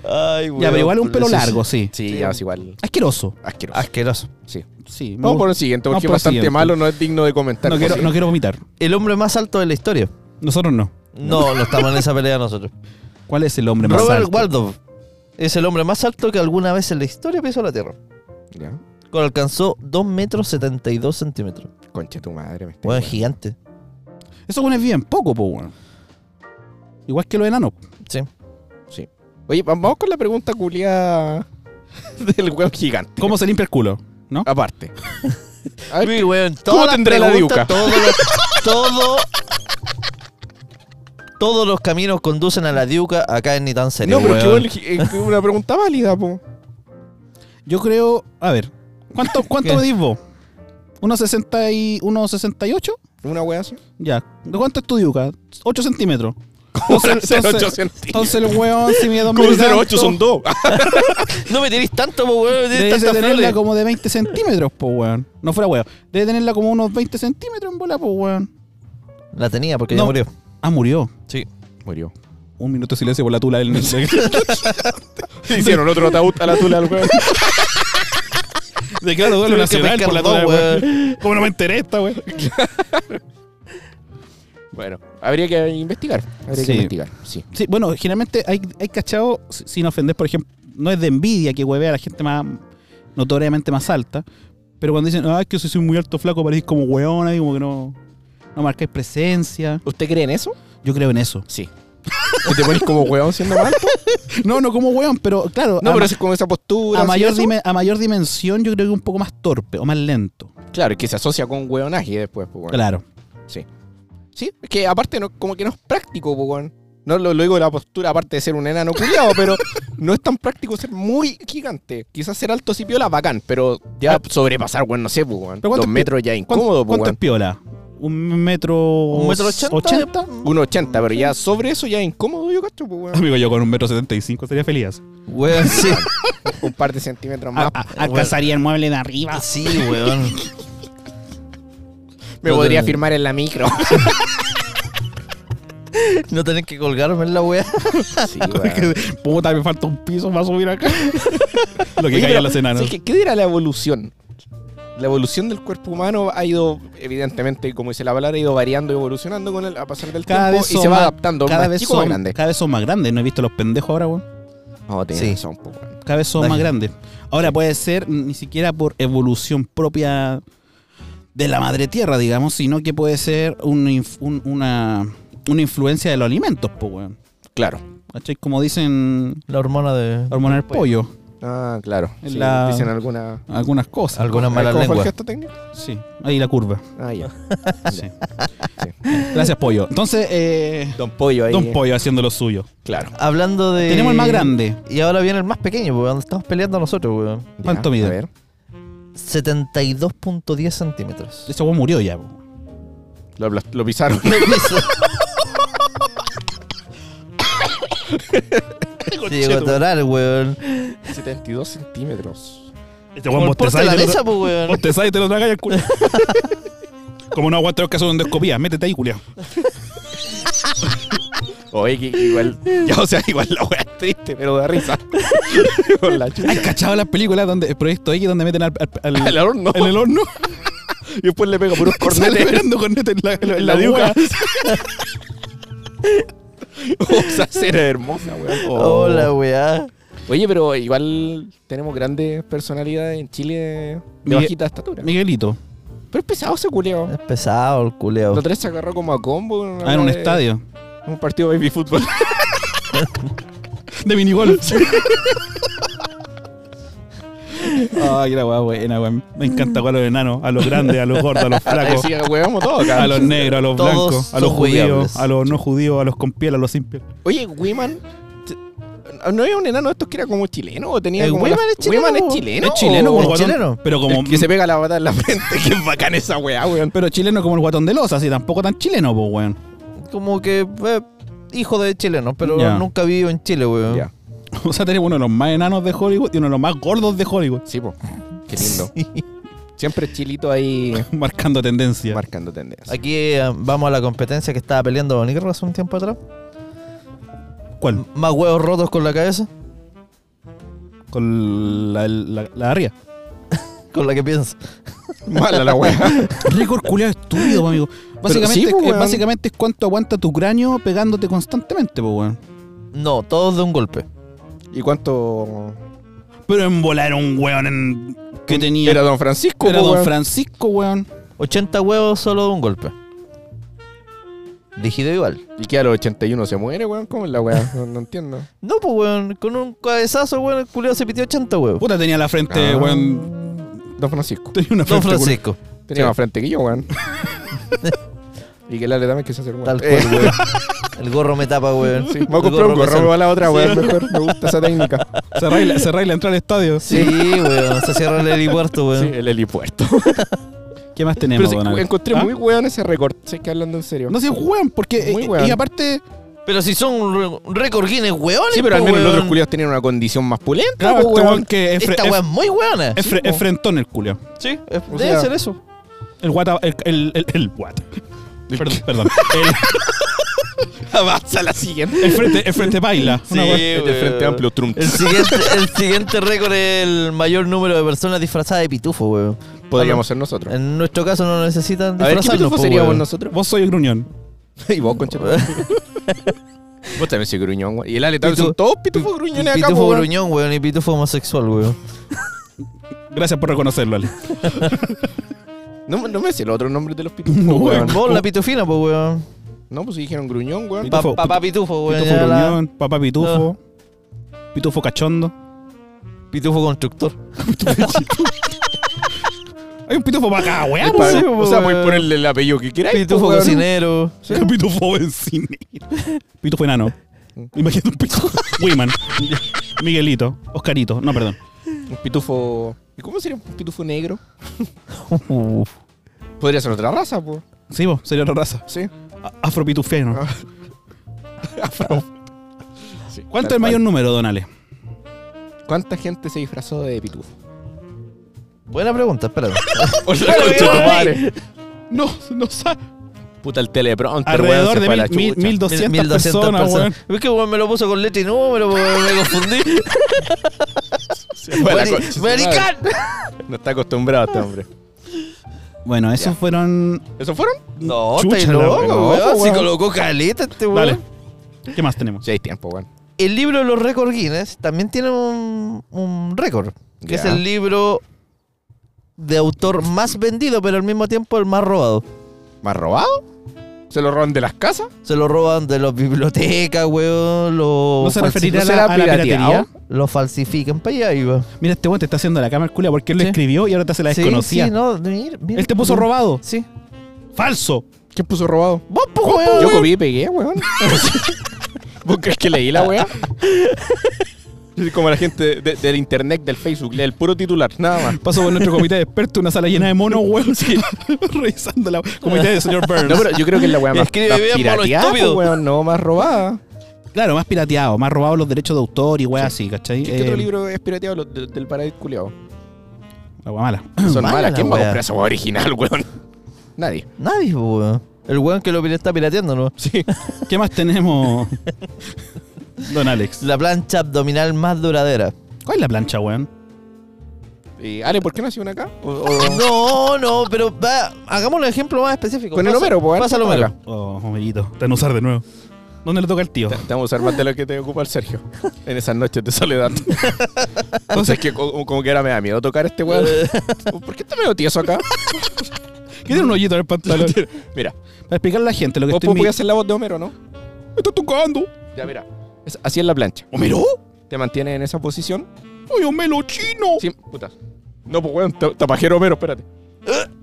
S3: Ay, weón.
S1: Ya, pero igual un pelo
S3: Eso es-
S1: largo, sí.
S2: Sí, ya, es igual.
S1: Asqueroso.
S2: Asqueroso.
S3: Asqueroso.
S2: Sí.
S1: Sí. me
S2: Vamos por
S1: gusta.
S2: el siguiente,
S1: Vamos
S2: porque es
S1: por el
S2: bastante
S1: siguiente.
S2: malo, no es digno de comentar. pues
S1: No quiero,
S2: Sí.
S1: no quiero vomitar.
S3: El hombre más alto de la historia.
S1: Nosotros no.
S3: No, no estamos en esa pelea nosotros.
S1: ¿Cuál es el hombre más
S3: Robert
S1: alto?
S3: Waldo es el hombre más alto que alguna vez en la historia pisó la Tierra.
S2: Ya.
S3: Cuando alcanzó 2 metros 72 centímetros.
S2: Concha tu madre, me estoy
S3: Bueno,
S2: weando.
S3: gigante.
S1: Eso bueno, es bien poco, po, weón. Igual que los enanos.
S3: Sí.
S2: Oye, va- vamos con la pregunta culia del weón gigante.
S1: ¿Cómo se limpia el culo? ¿No?
S2: Aparte. A ver,
S3: Uy, weón,
S2: ¿Cómo
S3: todas las
S2: tendrá la diuca?
S3: preguntas, todos los- todo- todos los caminos conducen a la diuca acá en Ni tan serio.
S2: no, pero es que
S3: weón.
S2: igual gi- es que una pregunta válida, po.
S1: Yo creo. A ver. ¿Cuánto, cuánto
S3: ¿Qué?
S1: medís vos? ¿1,60 y 1,68?
S2: Una wea así.
S1: Ya. ¿De cuánto es tu diuca? 8 centímetros. entonces-
S2: centímetros.
S1: Entonces el weón si mide 2
S2: Como 08 son 2.
S3: No me tenés tanto, po, weón, me tenés
S1: Debe
S3: tantas
S1: tenerla
S3: flores.
S1: como de 20 centímetros, po, weón. No fuera weón. Debe tenerla como unos 20 centímetros en bola, po, weón.
S3: La tenía porque
S1: No.
S3: ya murió.
S1: Ah, murió.
S3: Sí.
S2: Murió.
S1: Un minuto de silencio por la tula del
S2: Hicieron otro ataúd a la tula del weón.
S1: Declaro duelo
S3: Tuvieron que
S1: nacional por la
S3: pescar
S1: tula,
S3: dos,
S1: weón. ¿Cómo no me enteré esta, weón?
S2: Bueno, habría que investigar. Habría
S1: Sí.
S2: que investigar, sí.
S1: Sí, bueno, generalmente hay, hay cachado, si- sin ofender, por ejemplo, no es de envidia que huevea a la gente más notoriamente más alta, pero cuando dicen, ah, es que yo soy muy alto, flaco, parecís como weona, y como que no, no marcáis presencia.
S2: ¿Usted cree en eso?
S1: Yo creo en eso.
S2: Sí. ¿Que te pones como weón siendo mal?
S1: No, no como weón, pero claro,
S2: No,
S1: a, ma-
S2: pero es como esa postura.
S1: a
S2: así,
S1: mayor
S2: eso.
S1: dime- a mayor dimensión yo creo que un poco más torpe o más lento.
S2: Claro, y que se asocia con weonaje después, po, weón.
S1: Claro.
S2: Sí, es que aparte no, como que no es práctico, po, weón. No lo, lo digo de la postura, aparte de ser un enano culiado, pero no es tan práctico ser muy gigante. Quizás ser alto si piola, bacán, pero ya sobrepasar, weón, no sé, po, weón.
S1: ¿Pero cuánto
S2: Dos
S1: es pi-
S2: metros ya es
S1: ¿Cuánto,
S2: incómodo, po,
S1: cuánto es
S2: weón.
S1: piola? pues, ¿Un metro,
S3: ¿Un metro ochenta?
S1: ochenta?
S2: Un 80, pero ya sobre eso ya es incómodo, yo yo cacho, pues, weón.
S1: Amigo, yo con un metro setenta y cinco sería feliz.
S3: Weón, sí.
S2: Un par de
S1: Ah,
S2: centímetros más.
S1: alcanzaría el mueble de arriba.
S3: Ah, Sí, weón.
S2: me
S3: no
S2: podría
S3: te-
S2: firmar en la micro.
S3: No tenés que colgarme en la weá.
S2: sí, weón.
S1: Puta, me falta un piso para subir acá. Lo que
S2: Oye,
S1: caía
S2: pero,
S1: en la cena, ¿no?
S2: sí, ¿qué, qué dirá la evolución? La evolución del cuerpo humano ha ido, evidentemente, como dice la palabra, ha ido variando y evolucionando con el, a pasar del
S1: Cada
S2: tiempo
S1: vez
S2: y se
S1: son
S2: va
S1: más-
S2: adaptando.
S1: Cada
S2: más
S1: vez,
S2: chico, más
S1: son,
S2: grande.
S1: cada vez son más grandes. No he visto los pendejos ahora, weón.
S2: No, tenés
S3: Sí.
S2: Oh, razón, po, weón.
S1: Cada vez son
S3: Dale.
S1: más grandes. Ahora puede ser ni siquiera por evolución propia de la madre tierra, digamos, sino que puede ser un inf- un- una, una influencia de los alimentos, pues, weón.
S2: Claro.
S1: ¿Cachai? Como dicen
S3: La hormona de.
S1: hormonar pollo,
S2: Ah, claro.
S1: En
S2: Sí,
S1: la-
S2: Dicen alguna.
S1: algunas cosas.
S3: Algunas
S2: ¿Cómo
S3: malas
S2: fue el
S3: lenguas.
S2: gesto técnico?
S1: Sí, ahí la curva.
S2: Ah, ya.
S1: Sí. Gracias, pollo. Entonces, eh,
S2: Don Pollo ahí. eh,
S1: Don Pollo haciendo lo suyo.
S2: Claro.
S3: Hablando de.
S1: Tenemos el más grande.
S3: Y ahora viene el más pequeño, weón. donde Estamos peleando nosotros, weón.
S1: ¿Cuánto
S2: Ya,
S1: mide?
S2: A ver.
S3: 72.10 centímetros.
S1: Ese weón murió ya, po.
S2: Lo, aplast- lo pisaron.
S3: Se llegó a atorar, weón.
S1: Este
S2: 72 centímetros.
S1: Ese
S3: Como el poste de la mesa, pues, weón.
S1: Vos te sabes y te lo tragas y el culo. Como no aguantas los casos donde escopía, métete ahí, culiao.
S2: Oye, que igual. Ya, o sea, igual la wea es triste, pero da risa. Con la chucha.
S1: ¿Has cachado las películas donde el proyecto X donde meten al, al- al-
S2: El horno.
S1: en el horno?
S2: Y después le pega por un
S1: Sale
S2: cornete.
S1: pegando corneta en la, en la- en
S2: en
S1: la
S2: la
S1: nuca.
S2: nuca. o sea, será hermosa, weón. Oh.
S3: Hola, weá.
S2: Oye, pero igual tenemos grandes personalidades en Chile de
S1: Miguel-
S2: bajita estatura.
S1: Miguelito,
S2: Pero es pesado ese culeo.
S3: Es pesado el culeo.
S2: Los tres se agarró como a combo. en una
S1: Eh, ah, en un
S3: Eh.
S2: de-
S1: estadio
S2: en un partido de baby fútbol.
S1: de minigolf. Ay, la weá buena, weón. Me encanta jugar a los enanos, a los grandes, a los gordos, a los flacos,
S2: Así que huevamos todo acá.
S1: a los negros, a los
S3: Todos
S1: blancos, a los
S3: son
S1: judíos,
S3: jugables.
S1: a los no judíos, a los con piel, a los sin piel.
S2: Oye, Wiman. te- ¿No había un enano de estos que era como chileno? ¿O tenía
S3: El
S2: como
S3: Wiman
S2: las-
S3: es chileno,
S2: Wiman
S3: po.
S2: es chileno.
S1: Es Eh, chileno
S2: o-
S1: como el
S3: ¿Es
S1: guatón,
S3: chileno?
S1: pero como
S2: El que se pega la bata en la frente. Qué bacán esa weá, weón.
S1: pero chileno como el guatón de losa, así tampoco tan chileno, pues, weón.
S3: Como que. eh, hijo de chilenos, pero
S1: Ya.
S3: nunca vivió en Chile,
S1: Ah.
S3: weón.
S2: Ya.
S1: O sea, tenemos uno de los más enanos de Hollywood y uno de los más gordos de Hollywood,
S2: Sí, po. Qué lindo. Siempre chilito ahí
S1: marcando tendencia.
S2: marcando tendencia.
S3: Aquí eh, vamos a la competencia que estaba peleando Bonirro hace un tiempo atrás.
S1: ¿Cuál?
S3: Más huevos rotos con la cabeza,
S1: Con la, la, la arriba.
S3: con la que piensa.
S2: Mala la weá.
S1: Récord culiado estúpido, po, amigo. Básicamente,
S2: sí, po,
S1: es-
S2: weón.
S1: básicamente es cuánto aguanta tu cráneo pegándote constantemente, pues, weón.
S3: No, todos de un golpe.
S2: ¿Y cuánto
S1: Pero en volar era un weón en... que tenía.
S2: era Don Francisco?
S1: Era
S2: po,
S1: don
S2: weón?
S1: Francisco, weón.
S3: 80 huevos solo de un golpe. Rígido igual.
S2: ¿Y que a los 81 se muere, weón? ¿Cómo es la weá? No, no entiendo.
S3: No, pues, weón, con un cabezazo, weón, el culeo se pitió 80 huevos.
S1: Puta, tenía la frente,
S2: Ah.
S1: weón.
S2: Don Francisco.
S1: Tenía una
S3: Don
S1: frente. culiao.
S3: Francisco.
S2: Tenía
S3: Sí.
S2: más frente que yo, weón. y que la le dame que se hace el weón.
S3: Tal
S2: Eh,
S3: cual, weón. El gorro me tapa, weón.
S2: Sí, me voy a comprar un gorro, me voy a la otra, weón. Mejor me gusta esa técnica.
S1: Se arregla, se arregla entrar al estadio.
S3: Sí, weón. Se cierra el helipuerto,
S2: Sí,
S3: weón.
S2: el helipuerto.
S1: ¿Qué más tenemos,
S2: Pero sí,
S1: don Abel?
S2: encontré
S1: ¿Ah?
S2: muy weón ese recorte. Sé que hablando en serio.
S1: No sé, weón, porque.
S2: Muy
S1: eh,
S2: weón.
S1: Y aparte.
S3: Pero si son un re- un récord Guinness, weones,
S2: sí, pero al
S3: po,
S2: menos los
S3: weón.
S2: otros culiados tenían una condición más pulenta,
S1: Claro,
S2: po,
S1: este
S2: weón.
S1: weón que es, fre-
S3: Esta
S1: es-
S3: weón muy weona.
S1: es fre- es frentón el culio.
S3: Sí, es-
S2: O
S3: debe
S2: sea-
S3: ser eso.
S1: El guata. El, el, el, el guata. Perdón, perdón.
S2: Avanza la siguiente.
S1: El, el frente, el frente baila.
S3: Sí,
S2: El de
S3: weón.
S2: Este Frente Amplio Trump.
S3: El siguiente, el siguiente récord es el mayor número de personas disfrazadas de pitufo, weón.
S2: Podríamos ser nosotros.
S3: En nuestro caso no
S2: A
S3: necesitan
S2: ver, ¿qué
S3: disfrazarnos,
S2: pitufo
S3: po,
S2: seríamos
S3: weón.
S2: nosotros?
S1: Vos soy el gruñón.
S2: y vos, concha. vos también soy gruñón, weón. Y el Ale también
S3: Pitu-
S2: son todos pitufos gruñones acá, po,
S3: Pitufo
S2: weón.
S3: gruñón, weón, y pitufo homosexual, weón.
S1: Gracias por reconocerlo, Ale.
S2: No, no me sé el otro nombre de los pitufos,
S1: No,
S2: weón.
S1: weón.
S3: Vos, la pitufina, pues, weón.
S2: No, pues si dijeron gruñón, weón.
S1: Pitufo,
S3: Pa- Papá pitufo, weón.
S1: Pitufo
S3: ya la-
S1: gruñón, papá pitufo. Pitufo cachondo.
S3: Pitufo constructor.
S1: Hay un pitufo para acá, weón.
S3: pa- sí,
S2: o sea,
S3: weón.
S2: puedes ponerle el apellido que queráis. po,
S3: Pitufo
S2: weón.
S3: cocinero.
S2: Sí.
S1: Pitufo vecinero. Pitufo enano. Imagínate un pitufo. Wiman. Miguelito. Oscarito. No, perdón.
S2: Un pitufo. ¿Y cómo sería un pitufo negro?
S3: Uf.
S2: Podría ser otra raza, po.
S1: Sí, vos, sería otra raza.
S2: Sí.
S1: Ah. A- Afropitufiano.
S2: Ah. Afro. Sí,
S1: ¿Cuánto es
S2: tal
S1: el mayor
S2: cual.
S1: número, Donale?
S2: ¿Cuánta gente se disfrazó de pitufo?
S3: Buena pregunta, espérate.
S2: Hola,
S1: conchetumare. No, no sabe.
S2: Puta, el teleprompter,
S1: Alrededor
S2: Este weón, se fue a la
S1: de mil- mil-
S2: chucha.
S1: 1200 personas, weón.
S3: Es que weón, me lo puso con letra y número, weón, me confundí.
S2: Se fue a la
S3: Mari-
S2: concha su
S3: ¡Marican!
S2: madre. No está acostumbrado este hombre.
S1: Bueno, esos fueron.
S2: ¿Eso fueron?
S3: No,
S1: Chucha,
S3: estáis
S1: la
S3: loco,
S1: weón.
S3: weón.
S1: No,
S3: Se
S1: weón.
S3: colocó caleta este weón.
S1: Dale. ¿Qué más tenemos?
S2: Ya hay tiempo, weón.
S3: El libro de los récords Guinness también tiene un, un récord.
S2: Ya.
S3: Que es el libro de autor más vendido, pero al mismo tiempo el más robado.
S2: ¿Más robado? ¿Se lo roban de las casas?
S3: Se lo roban de las bibliotecas, weón. Lo
S1: ¿No se
S3: falsi-
S1: referirá a
S2: será
S1: la, a la
S2: pirateado?
S1: piratería?
S3: Lo falsifican para allá, iba.
S1: Mira, este weón te está haciendo la cámara culia porque él lo
S3: Sí.
S1: escribió y ahora te hace la desconocida.
S3: Sí, no, mira, mira.
S1: Él te puso robado.
S3: Sí.
S1: ¡Falso!
S2: ¿Quién puso robado?
S3: Vos, pues, weón.
S2: Yo copié y pegué, weón. ¿Vos crees que leí la weá? Yo soy como la gente de- del internet, del Facebook, lee el puro titular, nada más.
S1: Paso por nuestro comité de expertos, una sala llena de monos, weón, sí, revisando la comité del señor Burns.
S2: No, pero yo creo que es la weá más,
S3: Escribe
S2: más
S3: bien por lo
S2: pirateada,
S3: estúpido.
S2: pues, weón, no más robada.
S1: Claro, más pirateado, más robado los derechos de autor y weá así, ¿cachai?
S2: ¿Qué, qué otro
S1: Eh,
S2: libro es pirateado Lo de- del Paradis culiao?
S1: La weá mala.
S2: Son
S3: Mala
S2: malas.
S3: la
S2: ¿Quién va a
S3: weá.
S2: comprar esa weá original, weón? Nadie.
S3: Nadie, pues, weón. El weón que lo pira- está pirateando, ¿no?
S2: Sí.
S1: ¿Qué más tenemos, Don Alex?
S3: La plancha abdominal más duradera.
S1: ¿Cuál es la plancha, weón?
S2: Y, Ale, ¿por qué no hacía una acá? O- o-
S3: No, no, pero va, hagamos un ejemplo más específico.
S2: Con el
S3: Pasa-
S2: Homero, pues,
S3: Pasa el
S2: acá.
S3: Homero.
S1: Oh, Homerito, te van a usar de nuevo. ¿Dónde le toca al tío?
S2: Te, te vamos a usar más de lo que te ocupa el Sergio en esas noches de soledad. Entonces, que como, como que ahora me da miedo tocar este weón. ¿Por qué está medio tieso acá?
S1: ¿Qué tiene un hoyito en el pantalón?
S2: Mira,
S1: Para explicarle a la gente lo que
S2: vos
S1: estoy
S2: podés
S1: mi-
S2: hacer la voz de Homero, ¿no?
S1: ¡Me está tocando!
S2: Ya, mira. Es- así es la plancha.
S1: ¿Homero?
S2: Te mantienes en esa posición.
S1: ¡Ay, Homero chino!
S2: Sí, puta. No, pues weón, ta- tapajero Homero, espérate.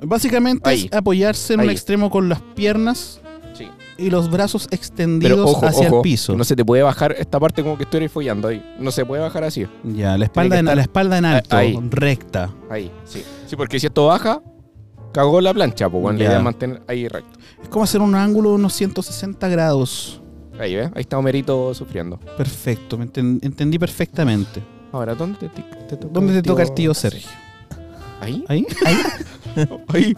S1: Básicamente
S2: Ahí.
S1: es apoyarse en un
S2: Ahí.
S1: extremo con las piernas
S2: Sí.
S1: y los brazos extendidos
S2: Pero ojo,
S1: hacia
S2: ojo,
S1: el piso.
S2: No se te puede bajar esta parte como que estoy follando ahí. No se puede bajar así.
S1: Ya, la espalda,
S2: que
S1: en,
S2: estar-
S1: la espalda en
S2: Ah,
S1: alto,
S2: ahí.
S1: recta.
S2: Ahí, sí. Sí, porque si esto baja, cagó la plancha, pues weón.
S1: Ya.
S2: Le voy a mantener ahí recto.
S1: Es como hacer un ángulo de unos 160 grados.
S2: Ahí, ¿ves? Ahí está Homerito sufriendo.
S1: Perfecto, me enten- entendí perfectamente.
S2: Ahora, ¿dónde te, te toca
S1: ¿Dónde te toca el tío Sergio?
S2: ¿Ahí?
S1: ¿Ahí?
S2: Ahí.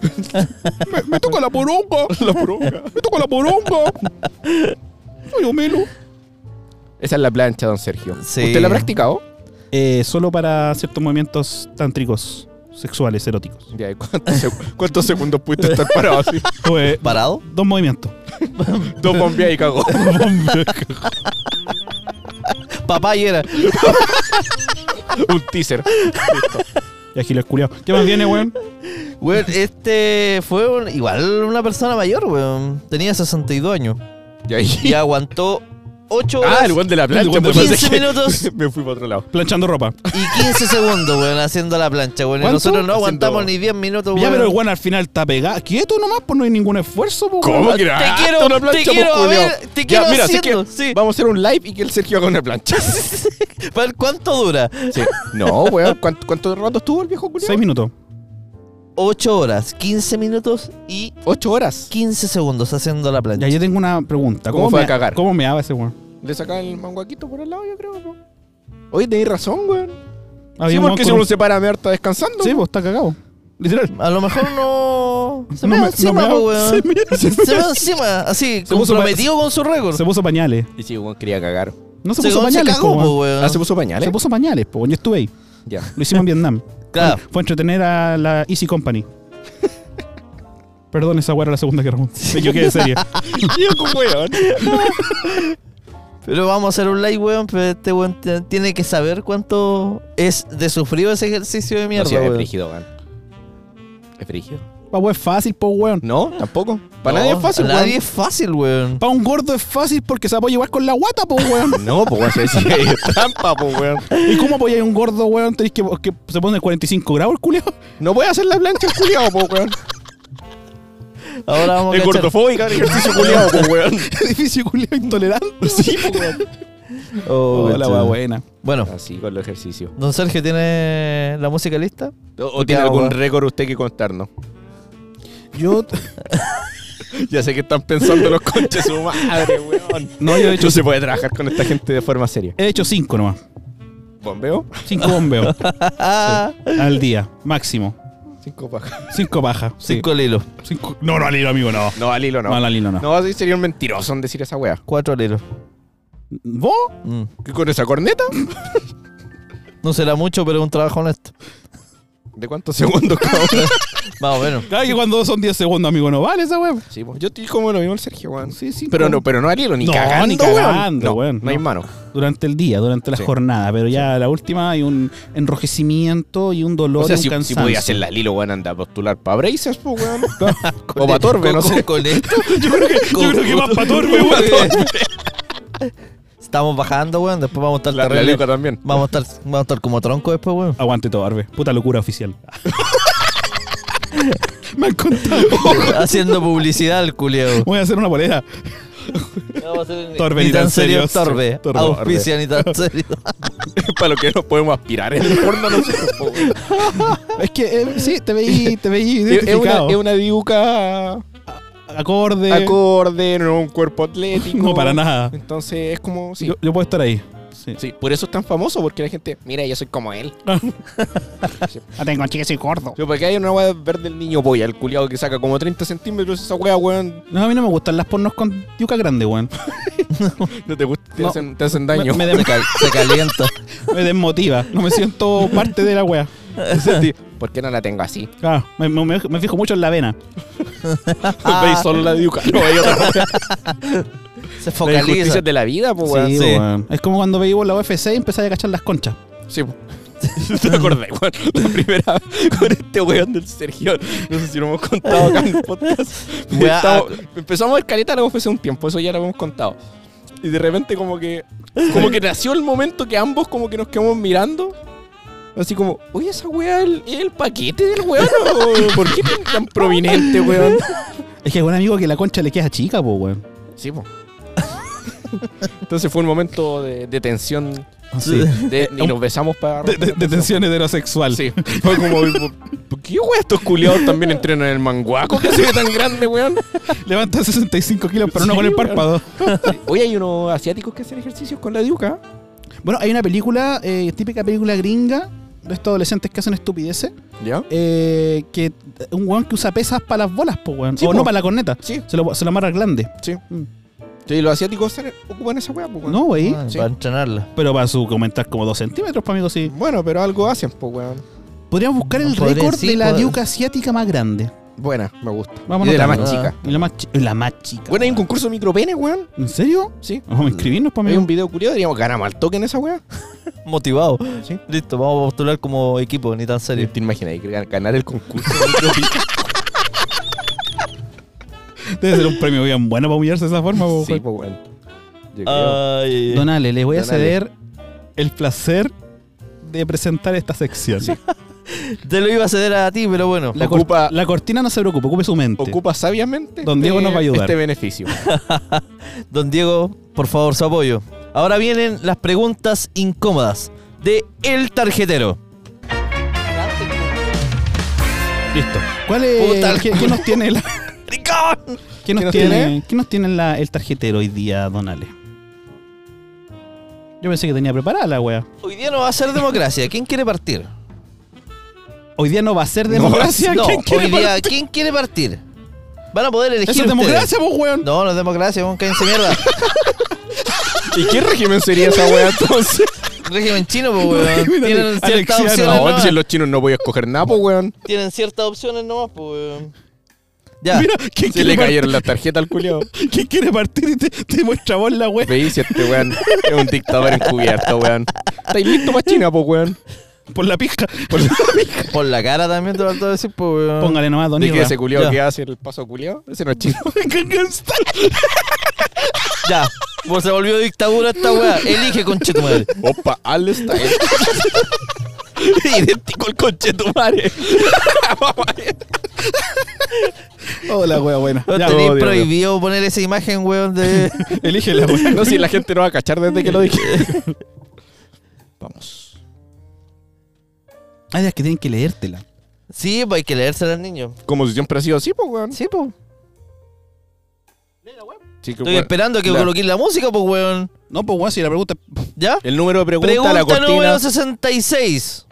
S2: me, toca la poronga. La poronga. Me toca la poronga. Soy Homelo. Esa es la plancha, don Sergio.
S3: Sí.
S2: ¿Usted la ha practicado?
S1: Eh, solo para ciertos movimientos tántricos, sexuales, eróticos.
S2: Ya, ¿y ¿cuántos, seg- cuántos segundos pudiste estar parado así?
S1: Tuve
S3: ¿Parado?
S1: dos movimientos.
S2: Dos bombeas y cagó.
S3: Papá y era.
S2: Un teaser.
S1: Y aquí lo esculeado. ¿Qué más viene, weón?
S3: Weón, este fue un- igual una persona mayor, weón. Tenía 62 años.
S2: Y ahí.
S3: Y aguantó 8 horas
S2: Ah, el buen de la plancha.
S1: El buen de-
S2: pues,
S3: 15
S2: es que
S3: minutos.
S2: Me fui para otro lado.
S1: Planchando ropa.
S3: y 15 segundos, weón, haciendo la plancha, weón. Y
S1: ¿Cuánto?
S3: nosotros no
S2: Haciendo-
S3: aguantamos ni 10 minutos, weón.
S1: Ya, pero el weón al final está pegado. Quieto nomás, pues no hay ningún esfuerzo, po, weón.
S2: ¿Cómo que era?
S3: Te
S2: Ah,
S3: quiero-
S2: hasta una
S3: te
S2: plancha,
S3: quiero
S2: pues,
S3: ver-
S2: culiao.
S3: te quiero
S2: Ya, mira, así
S3: haciendo,
S2: que
S3: sí.
S2: Vamos a hacer un live y que el Sergio haga una plancha.
S3: ¿Cuál- ¿Cuánto dura?
S2: Sí. No, weón. ¿Cuánto, cuánto rato estuvo el viejo culiao?
S1: Seis minutos.
S3: 8 horas, 15 minutos y
S2: Ocho horas.
S3: 15 segundos haciendo la plancha.
S1: Ya, yo tengo una pregunta.
S2: ¿Cómo
S1: ¿Cómo,
S2: fue
S1: me,
S2: a cagar?
S1: ¿Cómo me ese weón?
S2: Le sacaban el manguaquito por el lado, yo creo, po. Oye, tenéis razón, weón. sí,
S1: un weón
S2: porque si
S1: con
S2: uno
S1: un-
S2: se para a mear, está descansando.
S1: Sí, pues está cagado. Literal.
S3: A lo mejor no. Se
S1: No
S3: me
S1: me-
S3: va
S1: no
S3: encima,
S1: me
S3: po,
S1: hago-
S3: weón.
S1: se me- se
S3: Se
S1: me-
S3: me va encima, así,
S1: puso
S3: comprometido con su récord.
S1: Se puso pañales.
S2: Y sí, weón, quería cagar.
S1: No se
S3: Se-
S1: puso
S3: se
S1: pañales, po,
S3: cagó, po,
S1: weón.
S3: weón.
S2: Ah, se puso pañales.
S1: Se puso pañales, po. Yo estuve ahí.
S2: Ya.
S1: Lo hicimos en Vietnam.
S3: Claro.
S1: Fue, fue a entretener a la Easy Company. Perdón, esa weá era la segunda guerra. Me equivoqué de serie.
S2: Yo con weón.
S3: Pero vamos a hacer un live, weón. Pero este weón te- tiene que saber cuánto es de sufrido ese ejercicio de
S2: No,
S3: mierda,
S2: sí, es
S3: weón.
S2: frígido, weón. Es frígido.
S1: Pa' weón es fácil, po, weón.
S2: No, tampoco. Para
S3: No,
S2: nadie es fácil,
S3: Para nadie
S2: weón.
S3: es fácil, weón.
S1: Pa' un gordo es fácil porque se apoya igual con la guata, po, weón.
S2: No, pues weón, se decía ahí es trampa, pues weón.
S1: ¿Y cómo apoyáis a un gordo, weón? Tenéis que, que se pone 45 grados el culeo.
S2: No voy a hacer la plancha culiao, pues weón.
S3: Ahora vamos a
S2: Es
S3: cachar.
S2: gordofóbica el ejercicio culiao, pues weón.
S1: Edificio culeo intolerante. Sí, po, weón.
S3: Oh,
S1: Oh, la
S3: cachar.
S1: weá buena.
S3: Bueno,
S2: Así Ah, con los ejercicios.
S3: don Sergio, ¿tiene la música lista?
S2: ¿O, o tiene
S3: Ya,
S2: algún
S3: weón.
S2: récord usted que contarnos?
S1: Yo.
S2: ya sé que están pensando los conches su madre, weón.
S1: No, yo he hecho,
S2: No se puede trabajar con esta gente de forma seria.
S1: he hecho cinco nomás.
S2: Bombeo,
S1: Cinco bombeos al día, máximo.
S2: cinco pajas.
S1: Cinco bajas.
S3: Cinco lilos.
S1: Cinco- No, no al hilo, amigo, no.
S2: No, al hilo
S1: No,
S2: no.
S1: al hilo, no.
S2: No, sí sería un mentiroso en decir esa weá.
S3: Cuatro lilos.
S1: ¿Vos?
S3: Mm.
S2: ¿Qué con esa corneta?
S3: No será mucho, pero es un trabajo honesto.
S2: ¿De cuántos segundos cada uno?
S3: Más o menos.
S1: Claro que cuando son 10 segundos, amigo, no vale esa weón.
S2: Sí, pues, yo estoy como lo mismo el Sergio, weón.
S1: Sí, sí.
S2: Pero
S1: como-
S2: no, pero no al hilo, ni
S1: No,
S2: cagando,
S1: ni
S2: weón.
S1: cagando,
S2: No,
S1: weón,
S2: no, hay
S1: no.
S2: mano.
S1: Durante el día, durante la
S2: Sí.
S1: jornada. Pero ya la última hay un enrojecimiento y un dolor
S2: O sea,
S1: y un
S2: si, si
S1: cansancio.
S2: podía hacer la Lilo, weón, anda a postular para Brazers, pues, weón. o para Torbe,
S3: Con-
S2: no sé.
S3: Con, con esto.
S1: Yo creo que más pa' Torbe,
S3: weón. Estamos bajando, weón. Después vamos a estar
S2: La, la
S3: terrible.
S2: Luca también.
S3: Vamos a estar, vamos a estar como tronco después, weón.
S1: Aguante todo, Arbe. Puta locura oficial. Me han contado.
S3: Haciendo publicidad al culeo.
S1: Voy a hacer una bolera. Torbe,
S3: ni tan serio
S1: serios.
S3: Torbe.
S1: Torbe.
S3: Auspicia ni tan serio.
S2: para lo que no podemos aspirar en el porno nosotros, po, weón.
S1: Es que eh, sí,
S2: Este
S1: te veí, te veí
S2: Es- es una,
S1: identificado.
S2: es una diuca
S1: Acorde.
S2: acorde, no un cuerpo atlético.
S1: No, para nada.
S2: Entonces es como. Sí,
S1: Yo, yo puedo estar ahí. Sí.
S2: sí, por eso es tan famoso, porque la gente. Mira, yo soy como él.
S1: No tengo chique, soy gordo.
S2: Yo, porque hay una weá verde del niño polla, el culiado que saca como 30 centímetros. Esa weá, weón,
S1: No, a mí no me gustan las pornos con yuca grande, weón.
S2: no te gusta, te,
S1: No.
S2: hacen, te hacen
S1: Me,
S2: daño.
S1: me
S3: Se,
S1: dem-
S3: cal- se calienta.
S1: me desmotiva. No me siento parte de la wea.
S2: Entonces, sí, ¿Por qué no la tengo así?
S1: Ah, me, me- me- me fijo mucho en la vena.
S2: Veis solo Ah. la diuca. No hay otra cosa.
S3: Se
S2: Las
S3: focaliza.
S2: injusticias de la vida, pues, weón.
S1: Sí,
S3: sí.
S1: weón. Es como cuando veíamos la UFC y empezáis a cachar las conchas.
S2: Sí, po. ¿Te acordás, weón? La primera vez con este weón del Sergio. No sé si lo hemos contado acá en el podcast.
S3: Weá,
S2: Estamos-
S1: ah.
S2: empezamos a ver caleta la UFC un tiempo, eso ya lo hemos contado. Y de repente como que como que nació el momento que ambos como que nos quedamos mirando. Así como, oye, esa weá es el, es el paquete del weón. ¿o ¿Por qué tan- tan prominente, weón?
S1: Es que hay un amigo que la concha le queda chica, po, weón.
S2: Sí, po. Entonces fue un momento de, de tensión.
S1: Sí.
S2: de- y nos besamos para...
S1: De, de- de tensión heterosexual.
S2: Ah, Sí, fue como, ¿por ¿qué weón estos culiados también entrenan en el manguaco? ¿Qué se ve tan grande, weón?
S1: Levanta 65 kilos, pero no
S2: Sí,
S1: con el
S2: weón.
S1: párpado.
S2: Oye, hay unos asiáticos que hacen ejercicios con la diuca.
S1: Bueno, hay una película, eh, típica película gringa, de estos adolescentes que hacen estupideces,
S2: ¿Ya?
S1: eh, que un weón que usa pesas para las bolas, po, weón.
S2: Sí,
S1: o
S2: po.
S1: no, para la corneta.
S2: Sí,
S1: Se lo, se lo amarra al glande.
S2: sí.
S1: Mm.
S2: Sí, los asiáticos hacen- ocupan esa weá, pues, weón.
S1: No, wey.
S3: Ah,
S2: Sí.
S3: Para entrenarla.
S1: Pero para su aumentar como 2 centímetros, para amigos, sí.
S2: Bueno, pero algo hacen, pues, weón.
S1: Podríamos buscar el
S3: Podría-
S1: récord
S3: sí,
S1: de la
S3: podría-
S1: diuca asiática más grande.
S2: Buena, me gusta.
S1: Vamos
S2: y de la
S1: anotando.
S2: más
S3: Ah.
S2: chica.
S1: Y la más, chi- eh, la más chica.
S2: Bueno, hay un concurso de micropene, weón.
S1: ¿En serio?
S2: Sí.
S1: Vamos a inscribirnos para
S2: Hay un
S1: mí.
S2: video curioso, diríamos, ganamos al toque en esa weá.
S3: Motivado.
S1: Ah,
S2: Sí.
S3: Listo, vamos a postular como equipo, ni tan serio.
S2: ¿Te imaginas ahí que gan- ganar el concurso de micropene?
S1: Debe ser un premio bien bueno para humillarse de esa forma. po,
S2: sí,
S1: weón.
S2: pues, weón. Yo
S1: Ah,
S2: creo.
S3: Ay,
S1: Donale, les voy a
S2: Donale.
S1: ceder el placer de presentar esta sección.
S3: te lo iba a ceder a ti, pero bueno.
S1: E- La, cor-
S2: Ocupa-
S1: la cortina no se preocupe, ocupe su mente.
S2: Ocupa sabiamente
S1: Don Diego nos va a ayudar.
S2: este beneficio.
S3: Don Diego, por favor, su apoyo. Ahora vienen las preguntas incómodas de El Tarjetero.
S1: Listo. ¿Cuál es,
S3: Puta la-
S1: ¿qué, qué nos tiene, la-
S3: ¡Maricón!
S1: qué nos
S2: nos
S1: tiene,
S2: tiene?
S1: qué nos tiene la- el tarjetero hoy día, Donale? Yo pensé que tenía preparada la wea.
S3: Hoy día no va a ser democracia. ¿Quién quiere partir?
S1: Hoy día no va a ser democracia.
S3: No,
S1: ¿Quién quiere
S3: hoy
S1: par-
S3: día, ¿quién quiere partir? Van a poder elegir.
S1: ¿Eso es
S3: ustedes.
S1: democracia, pues, weón?
S3: No, no es democracia, un cállense mierda.
S2: ¿Y qué régimen sería esa weá entonces?
S3: Régimen chino, pues, weón.
S1: Régimen
S3: Tienen ciertas
S1: alexiano.
S3: opciones.
S2: No,
S3: nomás.
S2: si los chinos no voy a escoger nada, pues, weón.
S3: Tienen ciertas opciones nomás, pues, weón. Ya.
S1: Mira, ¿quién,
S2: Se le
S1: quiere
S2: cayeron la tarjeta al culiao.
S1: partir, ¿quién quiere partir y te, te muestra vos la wea?
S2: Veis si este weón es un dictador encubierto, weón. ¿Estáis listo para China, pues, weón?
S1: Por la pija.
S3: Por la cara también te lo acabo de decir, pues, weón.
S1: Póngale nomás, Don
S2: ¿De que
S1: Irra.
S2: ese culiao
S3: Ya.
S2: que hace el paso culiao? Ese no es chino.
S1: Qué gangsta.
S3: Ya. Pues se volvió dictadura esta weá. Elige, conchetumadre.
S2: Opa, al está
S3: Idéntico al conchetumare.
S1: Hola, Oh, wea, buena.
S3: No
S1: Ya.
S3: tenéis
S2: Oh, Dios
S3: prohibido poner esa imagen, weón, de...
S1: Elige la wea.
S2: No, si la gente no va a cachar desde que lo dije. Vamos.
S1: Hay días que tienen que leértela.
S3: Sí, pues hay que leérsela al niño.
S2: Como si siempre ha sido así, pues, weón.
S3: Sí, pues.
S2: Chico,
S3: Estoy
S2: weón.
S3: esperando que
S2: la-
S3: coloquen la música, pues, weón.
S1: No, pues weón, si la pregunta.
S3: ¿Ya?
S2: El número de preguntas,
S3: Pregunta,
S2: la cortina.
S3: número 66.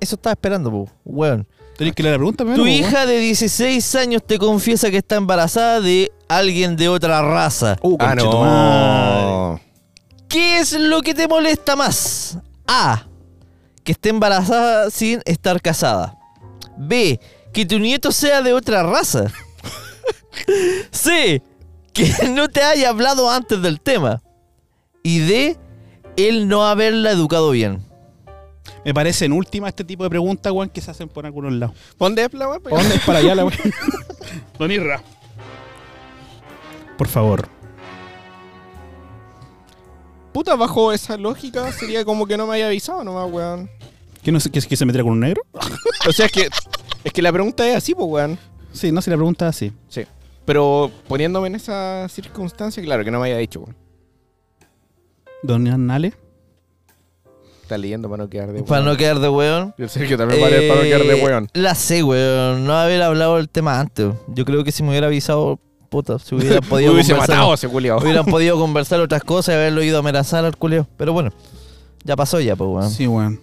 S3: Eso estaba esperando, pues, weón.
S1: Tenés que leer la pregunta primero. pues,
S3: Tu
S1: po, weón.
S3: hija de 16 años te confiesa que está embarazada de alguien de otra raza.
S1: Uh,
S2: Ah,
S1: conchetumadre.
S2: no.
S3: ¿Qué es lo que te molesta más? A. Que esté embarazada sin estar casada. B. Que tu nieto sea de otra raza. C. Que no te haya hablado antes del tema. Y D. El no haberla educado bien.
S1: Me parecen últimas este tipo de preguntas, weón, que se hacen por algunos lados.
S2: Pon de la weón, pues.
S1: ¿Para dónde es para allá la weón? Don Irra. Por favor.
S2: Puta, bajo esa lógica sería como que no me haya avisado nomás, weón.
S1: ¿Que no sé que, que se metiera con un negro?
S2: O sea, es que, es que la pregunta es así, pues, weón.
S1: Sí, no, si la pregunta es así.
S2: Sí. Pero poniéndome en esa circunstancia, claro, que no me haya dicho, weón.
S1: Don Nale.
S2: Está leyendo para no quedar de
S3: Para no quedar de weón.
S2: Yo sé que también vale para no quedar de
S3: Eh,
S2: weón.
S3: La sé, weón. No haber hablado del tema antes. Yo creo que si me hubiera avisado, puta, se hubiera podido
S2: Hubiese
S3: conversar.
S2: matado a ese culiao.
S3: Hubieran podido conversar otras cosas y haberlo ido a amenazar al culeo. Pero bueno, ya pasó ya, pues, weón.
S1: Sí, weón.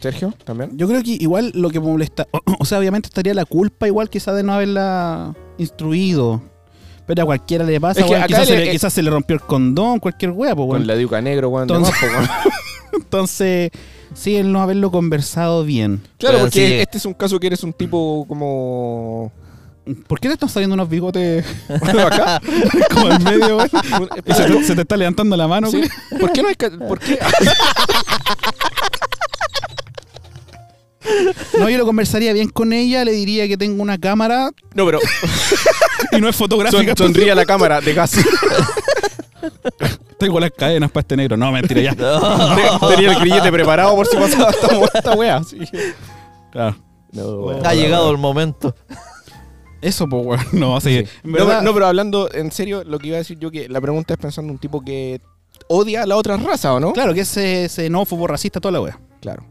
S2: Sergio, también.
S1: Yo creo que igual lo que molesta, o sea, obviamente estaría la culpa igual quizás de no haberla instruido. Pero a cualquiera le pasa,
S2: Es que
S1: weón,
S2: acá
S1: quizás,
S2: le-
S1: se le,
S2: eh,
S1: quizás se le rompió el condón, cualquier weá, pues,
S2: Con
S1: weón.
S2: la diuca negro, weón. de
S1: Entonces-
S2: más, po, weón.
S1: Entonces, sí, el no haberlo conversado bien.
S2: Claro,
S3: Pero
S2: porque
S3: sí.
S2: este es un caso que eres un tipo como...
S1: ¿Por qué te están saliendo unos bigotes
S2: acá.
S1: como en medio, weón?
S2: Un-
S1: Y se, te- se te está levantando la mano,
S2: Sí.
S1: güey.
S2: ¿Por qué no hay... ca- ¿Por qué?
S1: No, yo lo conversaría bien con ella, le diría que tengo una cámara
S2: No, pero
S1: y no es
S2: son-
S1: fotográfica.
S2: sonríe a la cámara de gas.
S1: Tengo las cadenas para este negro. No, mentira, ya.
S2: Tenía el grillete preparado por si pasaba esta, esta wea. así que-
S1: Claro.
S2: No,
S1: weón.
S3: Ha llegado el momento.
S1: Eso, pues, weón. No, así que, en
S2: No,
S1: verdad-
S2: no, pero hablando en serio, lo que iba a decir yo que la pregunta es pensando en un tipo que odia a la otra raza, ¿o no?
S1: Claro, que es eh, xenófobo, racista, toda la wea.
S2: Claro.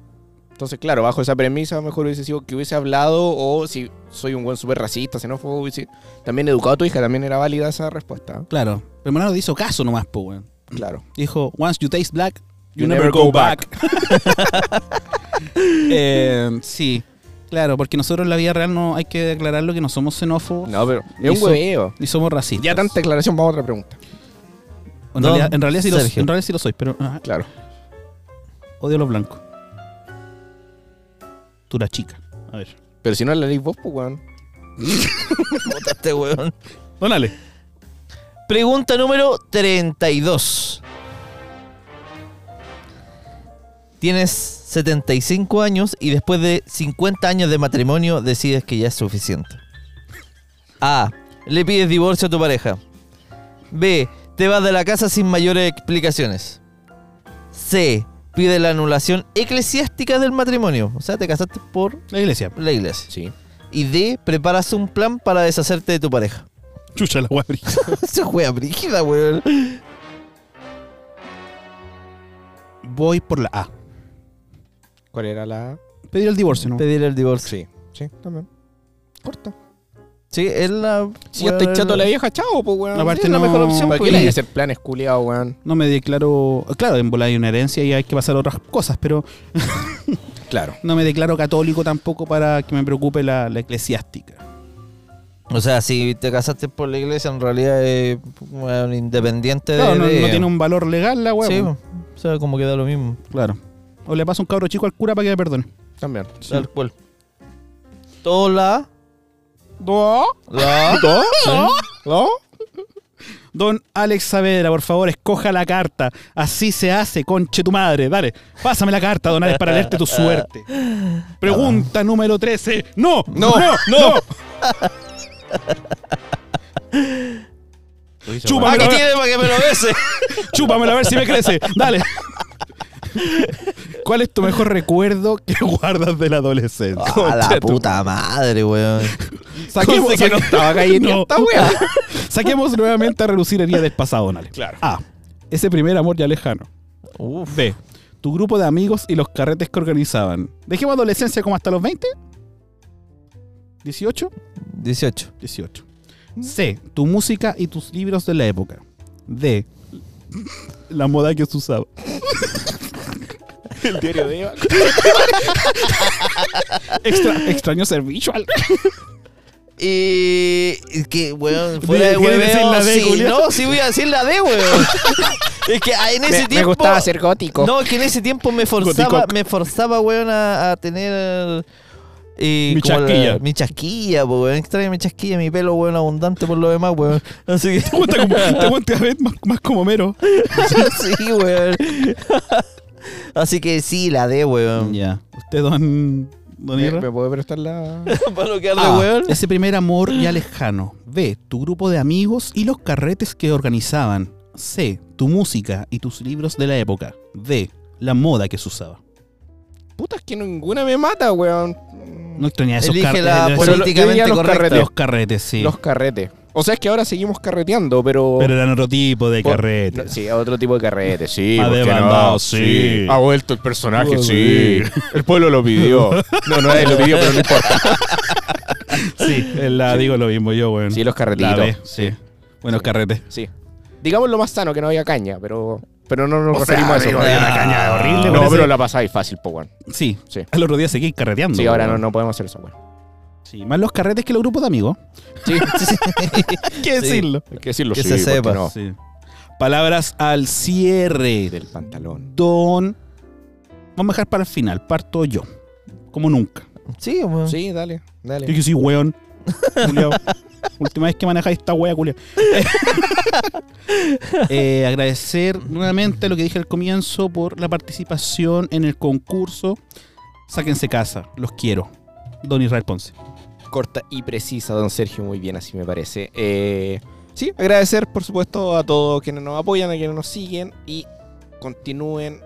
S2: Entonces, claro, bajo esa premisa, mejor hubiese sido que hubiese hablado o si soy un buen súper racista, xenófobo, hubiese también educado a tu hija, también era válida esa respuesta. ¿eh?
S1: Claro. Pero Monaro hizo caso nomás, pues, weón.
S2: Claro.
S1: Dijo, once you taste black, you, never, go, back. Eh, sí. Claro, porque nosotros en la vida real no hay que declararlo que no somos xenófobos
S2: No, pero
S1: Y
S2: es un
S1: eso-
S2: hueveo.
S1: ni somos racistas.
S2: Ya tanta declaración, vamos a otra pregunta.
S1: En
S3: Don
S1: realidad, en realidad sí lo,
S3: Sergio.
S1: en realidad sí lo soy, pero ah,
S2: Claro.
S1: odio a los blancos. Tú la chica. A ver.
S2: Pero si no la leís vos, pues, weón.
S3: Puta, este weón.
S1: Donale.
S3: Pregunta número 32. Tienes 75 años y después de 50 años de matrimonio decides que ya es suficiente. A. Le pides divorcio a tu pareja. B. Te vas de la casa sin mayores explicaciones. C. Pide la anulación eclesiástica del matrimonio. O sea, te casaste por
S1: La iglesia.
S3: la iglesia.
S2: Sí.
S3: Y D. Preparas un plan para deshacerte de tu pareja.
S1: Chucha la wea.
S3: Esa wea brígida, weón.
S1: Voy por la A.
S2: ¿Cuál era la...?
S1: Pedir el divorcio, ¿no?
S3: Pedir el divorcio.
S2: Sí. Sí, también. Corta.
S3: Sí, es la.
S2: Si ya
S3: weón,
S2: te chato a la vieja, chao, pues, weón.
S1: Aparte
S2: Sí, es la
S1: no-
S2: mejor opción.
S1: ¿Para
S2: pues. ¿Para
S1: qué
S2: qué
S1: le
S2: le
S1: hay que
S2: hacer planes culiados, weón?
S1: No me declaro. Claro, en volar hay una herencia y hay que pasar otras cosas, pero
S2: Claro.
S1: no me declaro católico tampoco para que me preocupe la, la eclesiástica.
S3: O sea, si te casaste por la iglesia, en realidad es weón, independiente
S1: Claro,
S3: de.
S1: no,
S3: de-
S1: no tiene un valor legal la wea.
S3: Sí,
S1: po.
S3: o sea, como que da lo mismo.
S1: Claro. O le pasa un cabro chico al cura para que le perdone.
S2: También.
S3: Tal cual. Todo la.
S2: ¿Do?
S3: La.
S2: ¿Do? ¿Do?
S1: ¿Eh? Don Alex Saavedra, por favor, escoja la carta. Así se hace, conche tu madre. Dale, pásame la carta, Don Alex, para leerte tu suerte. Pregunta número 13. ¡No! ¡No! ¡No! no.
S3: Ah,
S1: Chúpamelo,
S3: que
S1: a ver,
S3: tiene para que me lo bese.
S1: chúpamelo a ver si me crece. Dale. ¿Cuál es tu mejor recuerdo que guardas de la adolescencia?
S3: A la
S1: Conche tu-
S3: puta madre, weón.
S1: Saquemos,
S2: Cosa que no
S1: saque-
S2: estaba cayendo
S1: No.
S2: esta wea.
S1: Saquemos nuevamente a relucir el día del pasado, Don Alex.
S2: Claro.
S1: A. Ese primer amor ya lejano.
S3: Uf.
S1: B. Tu grupo de amigos y los carretes que organizaban. Dejemos adolescencia como hasta los 20. 18.
S3: 18.
S1: 18. C. Tu música y tus libros de la época. D. La moda que se usaba.
S2: El diario de Eva.
S1: Extra- extraño ser visual.
S3: Y que, weón, fuera de
S1: ¿Quieres decir la
S3: hueveo,
S1: D,
S3: sí,
S1: Julián?
S3: no, sí voy a decir la D, weón. es que ah, en ese
S2: me,
S3: tiempo...
S2: me gustaba ser gótico.
S3: No, es que en ese tiempo me forzaba,
S1: Goticoc.
S3: me forzaba, weón, a, a tener... eh,
S1: Mi
S3: como la-
S1: chasquilla.
S3: mi chasquilla, po, weón. Extraño mi chasquilla, mi pelo, weón, abundante por lo demás, weón. Así que...
S1: Puta, como- te aguanté a ver más, más como mero.
S3: sí, weón. Así que sí, la D,
S1: Ya.
S3: weón.
S1: Usted, don. Don
S2: ¿Me,
S1: Irra?
S2: me puede prestar la.?
S3: Para lo que arde,
S1: A,
S3: weón.
S1: Ah, Ese primer amor ya lejano. B. Tu grupo de amigos y los carretes que organizaban. C. Tu música y tus libros de la época. D. La moda que se usaba.
S2: Puta, es que ninguna me mata, weón.
S1: No extrañaba esos
S3: Elige
S1: carretes.
S3: la
S1: esos-
S2: Bueno, yo diría
S3: políticamente
S2: los
S3: correcta.
S2: carretes.
S1: los carretes, sí.
S2: Los carretes. O sea, es que ahora seguimos carreteando, pero.
S1: Pero eran otro tipo de
S2: Por-
S1: carretes.
S2: no, sí, otro tipo de carrete, sí.
S1: Ha
S2: ¿por qué
S1: demandado, sí.
S2: Ha vuelto el personaje,
S1: Uy.
S2: sí. El pueblo lo pidió. No, no nadie lo pidió, pero no importa.
S1: Sí, la digo lo mismo yo, weón.
S2: Sí, los
S1: la
S2: carretitos.
S1: B, sí. Buenos carretes.
S2: Sí. Digamos lo más sano, que no había caña, pero. Pero no nos referimos a eso.
S1: amigo, había una caña horrible,
S2: No,
S1: parece.
S2: pero la pasáis fácil, po, weón.
S1: Sí.
S2: Sí.
S1: Al otro día seguís carreteando.
S2: Sí, ahora no,
S1: weón.
S2: no podemos hacer eso, weón.
S1: Sí, más los carretes que los grupos de amigos.
S2: Sí,
S1: Hay que decirlo.
S2: hay que decirlo,
S3: Que
S2: sí,
S3: se
S2: porque
S3: sepa.
S2: no.
S1: Sí. Palabras al cierre.
S2: Del pantalón.
S1: Don. Vamos a dejar para el final. Parto yo. Como nunca.
S3: Sí, weón.
S2: Sí, dale, dale.
S1: Yo que soy weón. culiao. Última vez que manejáis esta wea, culiao. Eh, agradecer nuevamente lo que dije al comienzo por la participación en el concurso. Sáquense casa. Los quiero. Don Israel Ponce.
S2: corta y precisa, don Sergio, muy bien, así me parece. Eh, sí, agradecer, por supuesto, a todos quienes nos apoyan, a quienes nos siguen y continúen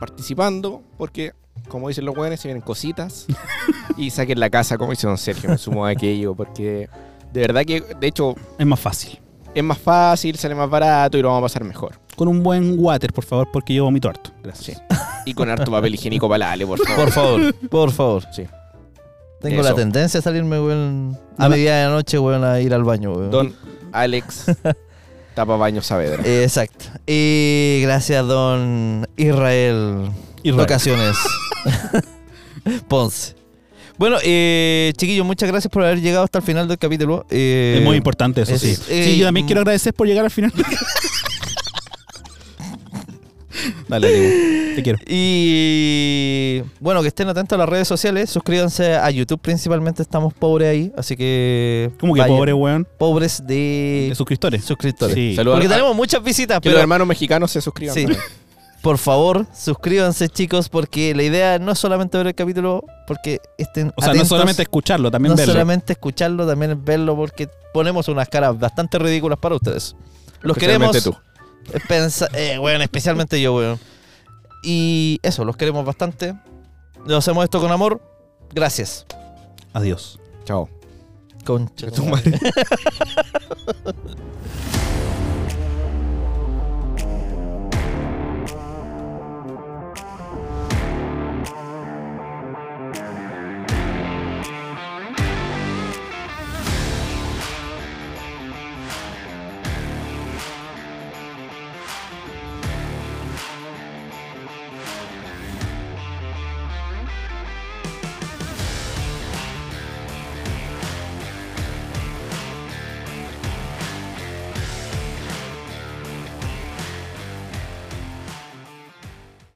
S2: participando, porque, como dicen los jóvenes, se vienen cositas y saquen la casa, como dice don Sergio, me sumo a aquello, porque de verdad que, de hecho,
S1: Es más fácil.
S2: es más fácil, sale más barato y lo vamos a pasar mejor.
S1: Con un buen water, por favor, porque yo vomito harto.
S2: Sí.
S1: Gracias.
S2: Y con harto papel higiénico para la Ale, por favor.
S3: Por favor, por favor.
S2: Sí.
S3: Tengo
S2: Eso.
S3: la tendencia a salirme, weón, a
S1: No, no.
S3: medianoche, de la noche, weón, a ir al baño, weón.
S2: Don Alex Tapa Baño Saavedra.
S3: Eh, exacto. Y gracias, don Israel.
S1: Y
S3: Ocasiones. Ponce. Bueno, eh, chiquillos, muchas gracias por haber llegado hasta el final del capítulo. Eh,
S1: Es muy importante eso,
S3: es-
S1: sí.
S3: eh,
S1: sí, yo también quiero agradecer por llegar al final. Dale, Diego. Te quiero.
S3: Y bueno, que estén atentos a las redes sociales. Suscríbanse a YouTube, principalmente estamos pobres ahí. Así que.
S1: ¿Cómo que
S3: vayan.
S1: pobre, weón?
S3: Pobres de.
S1: De suscriptores.
S3: suscriptores.
S1: Sí.
S2: Salud.
S3: Porque
S2: Ah.
S3: tenemos muchas visitas,
S2: Que los
S3: pero
S2: hermanos mexicanos se suscriban.
S3: Sí.
S2: también.
S3: por favor, suscríbanse, chicos, porque la idea no es solamente ver el capítulo, porque estén.
S1: O sea, no
S3: atentos,
S1: solamente escucharlo, también
S3: no
S1: verlo.
S3: solamente escucharlo, también es verlo, porque ponemos unas caras bastante ridículas para ustedes. Los queremos.
S2: Especialmente tú.
S3: Pensa- eh, weón, especialmente yo, weón. Y eso, los queremos bastante. Lo hacemos esto con amor. Gracias.
S1: Adiós.
S2: Chao.
S3: Concha.
S2: Tu madre.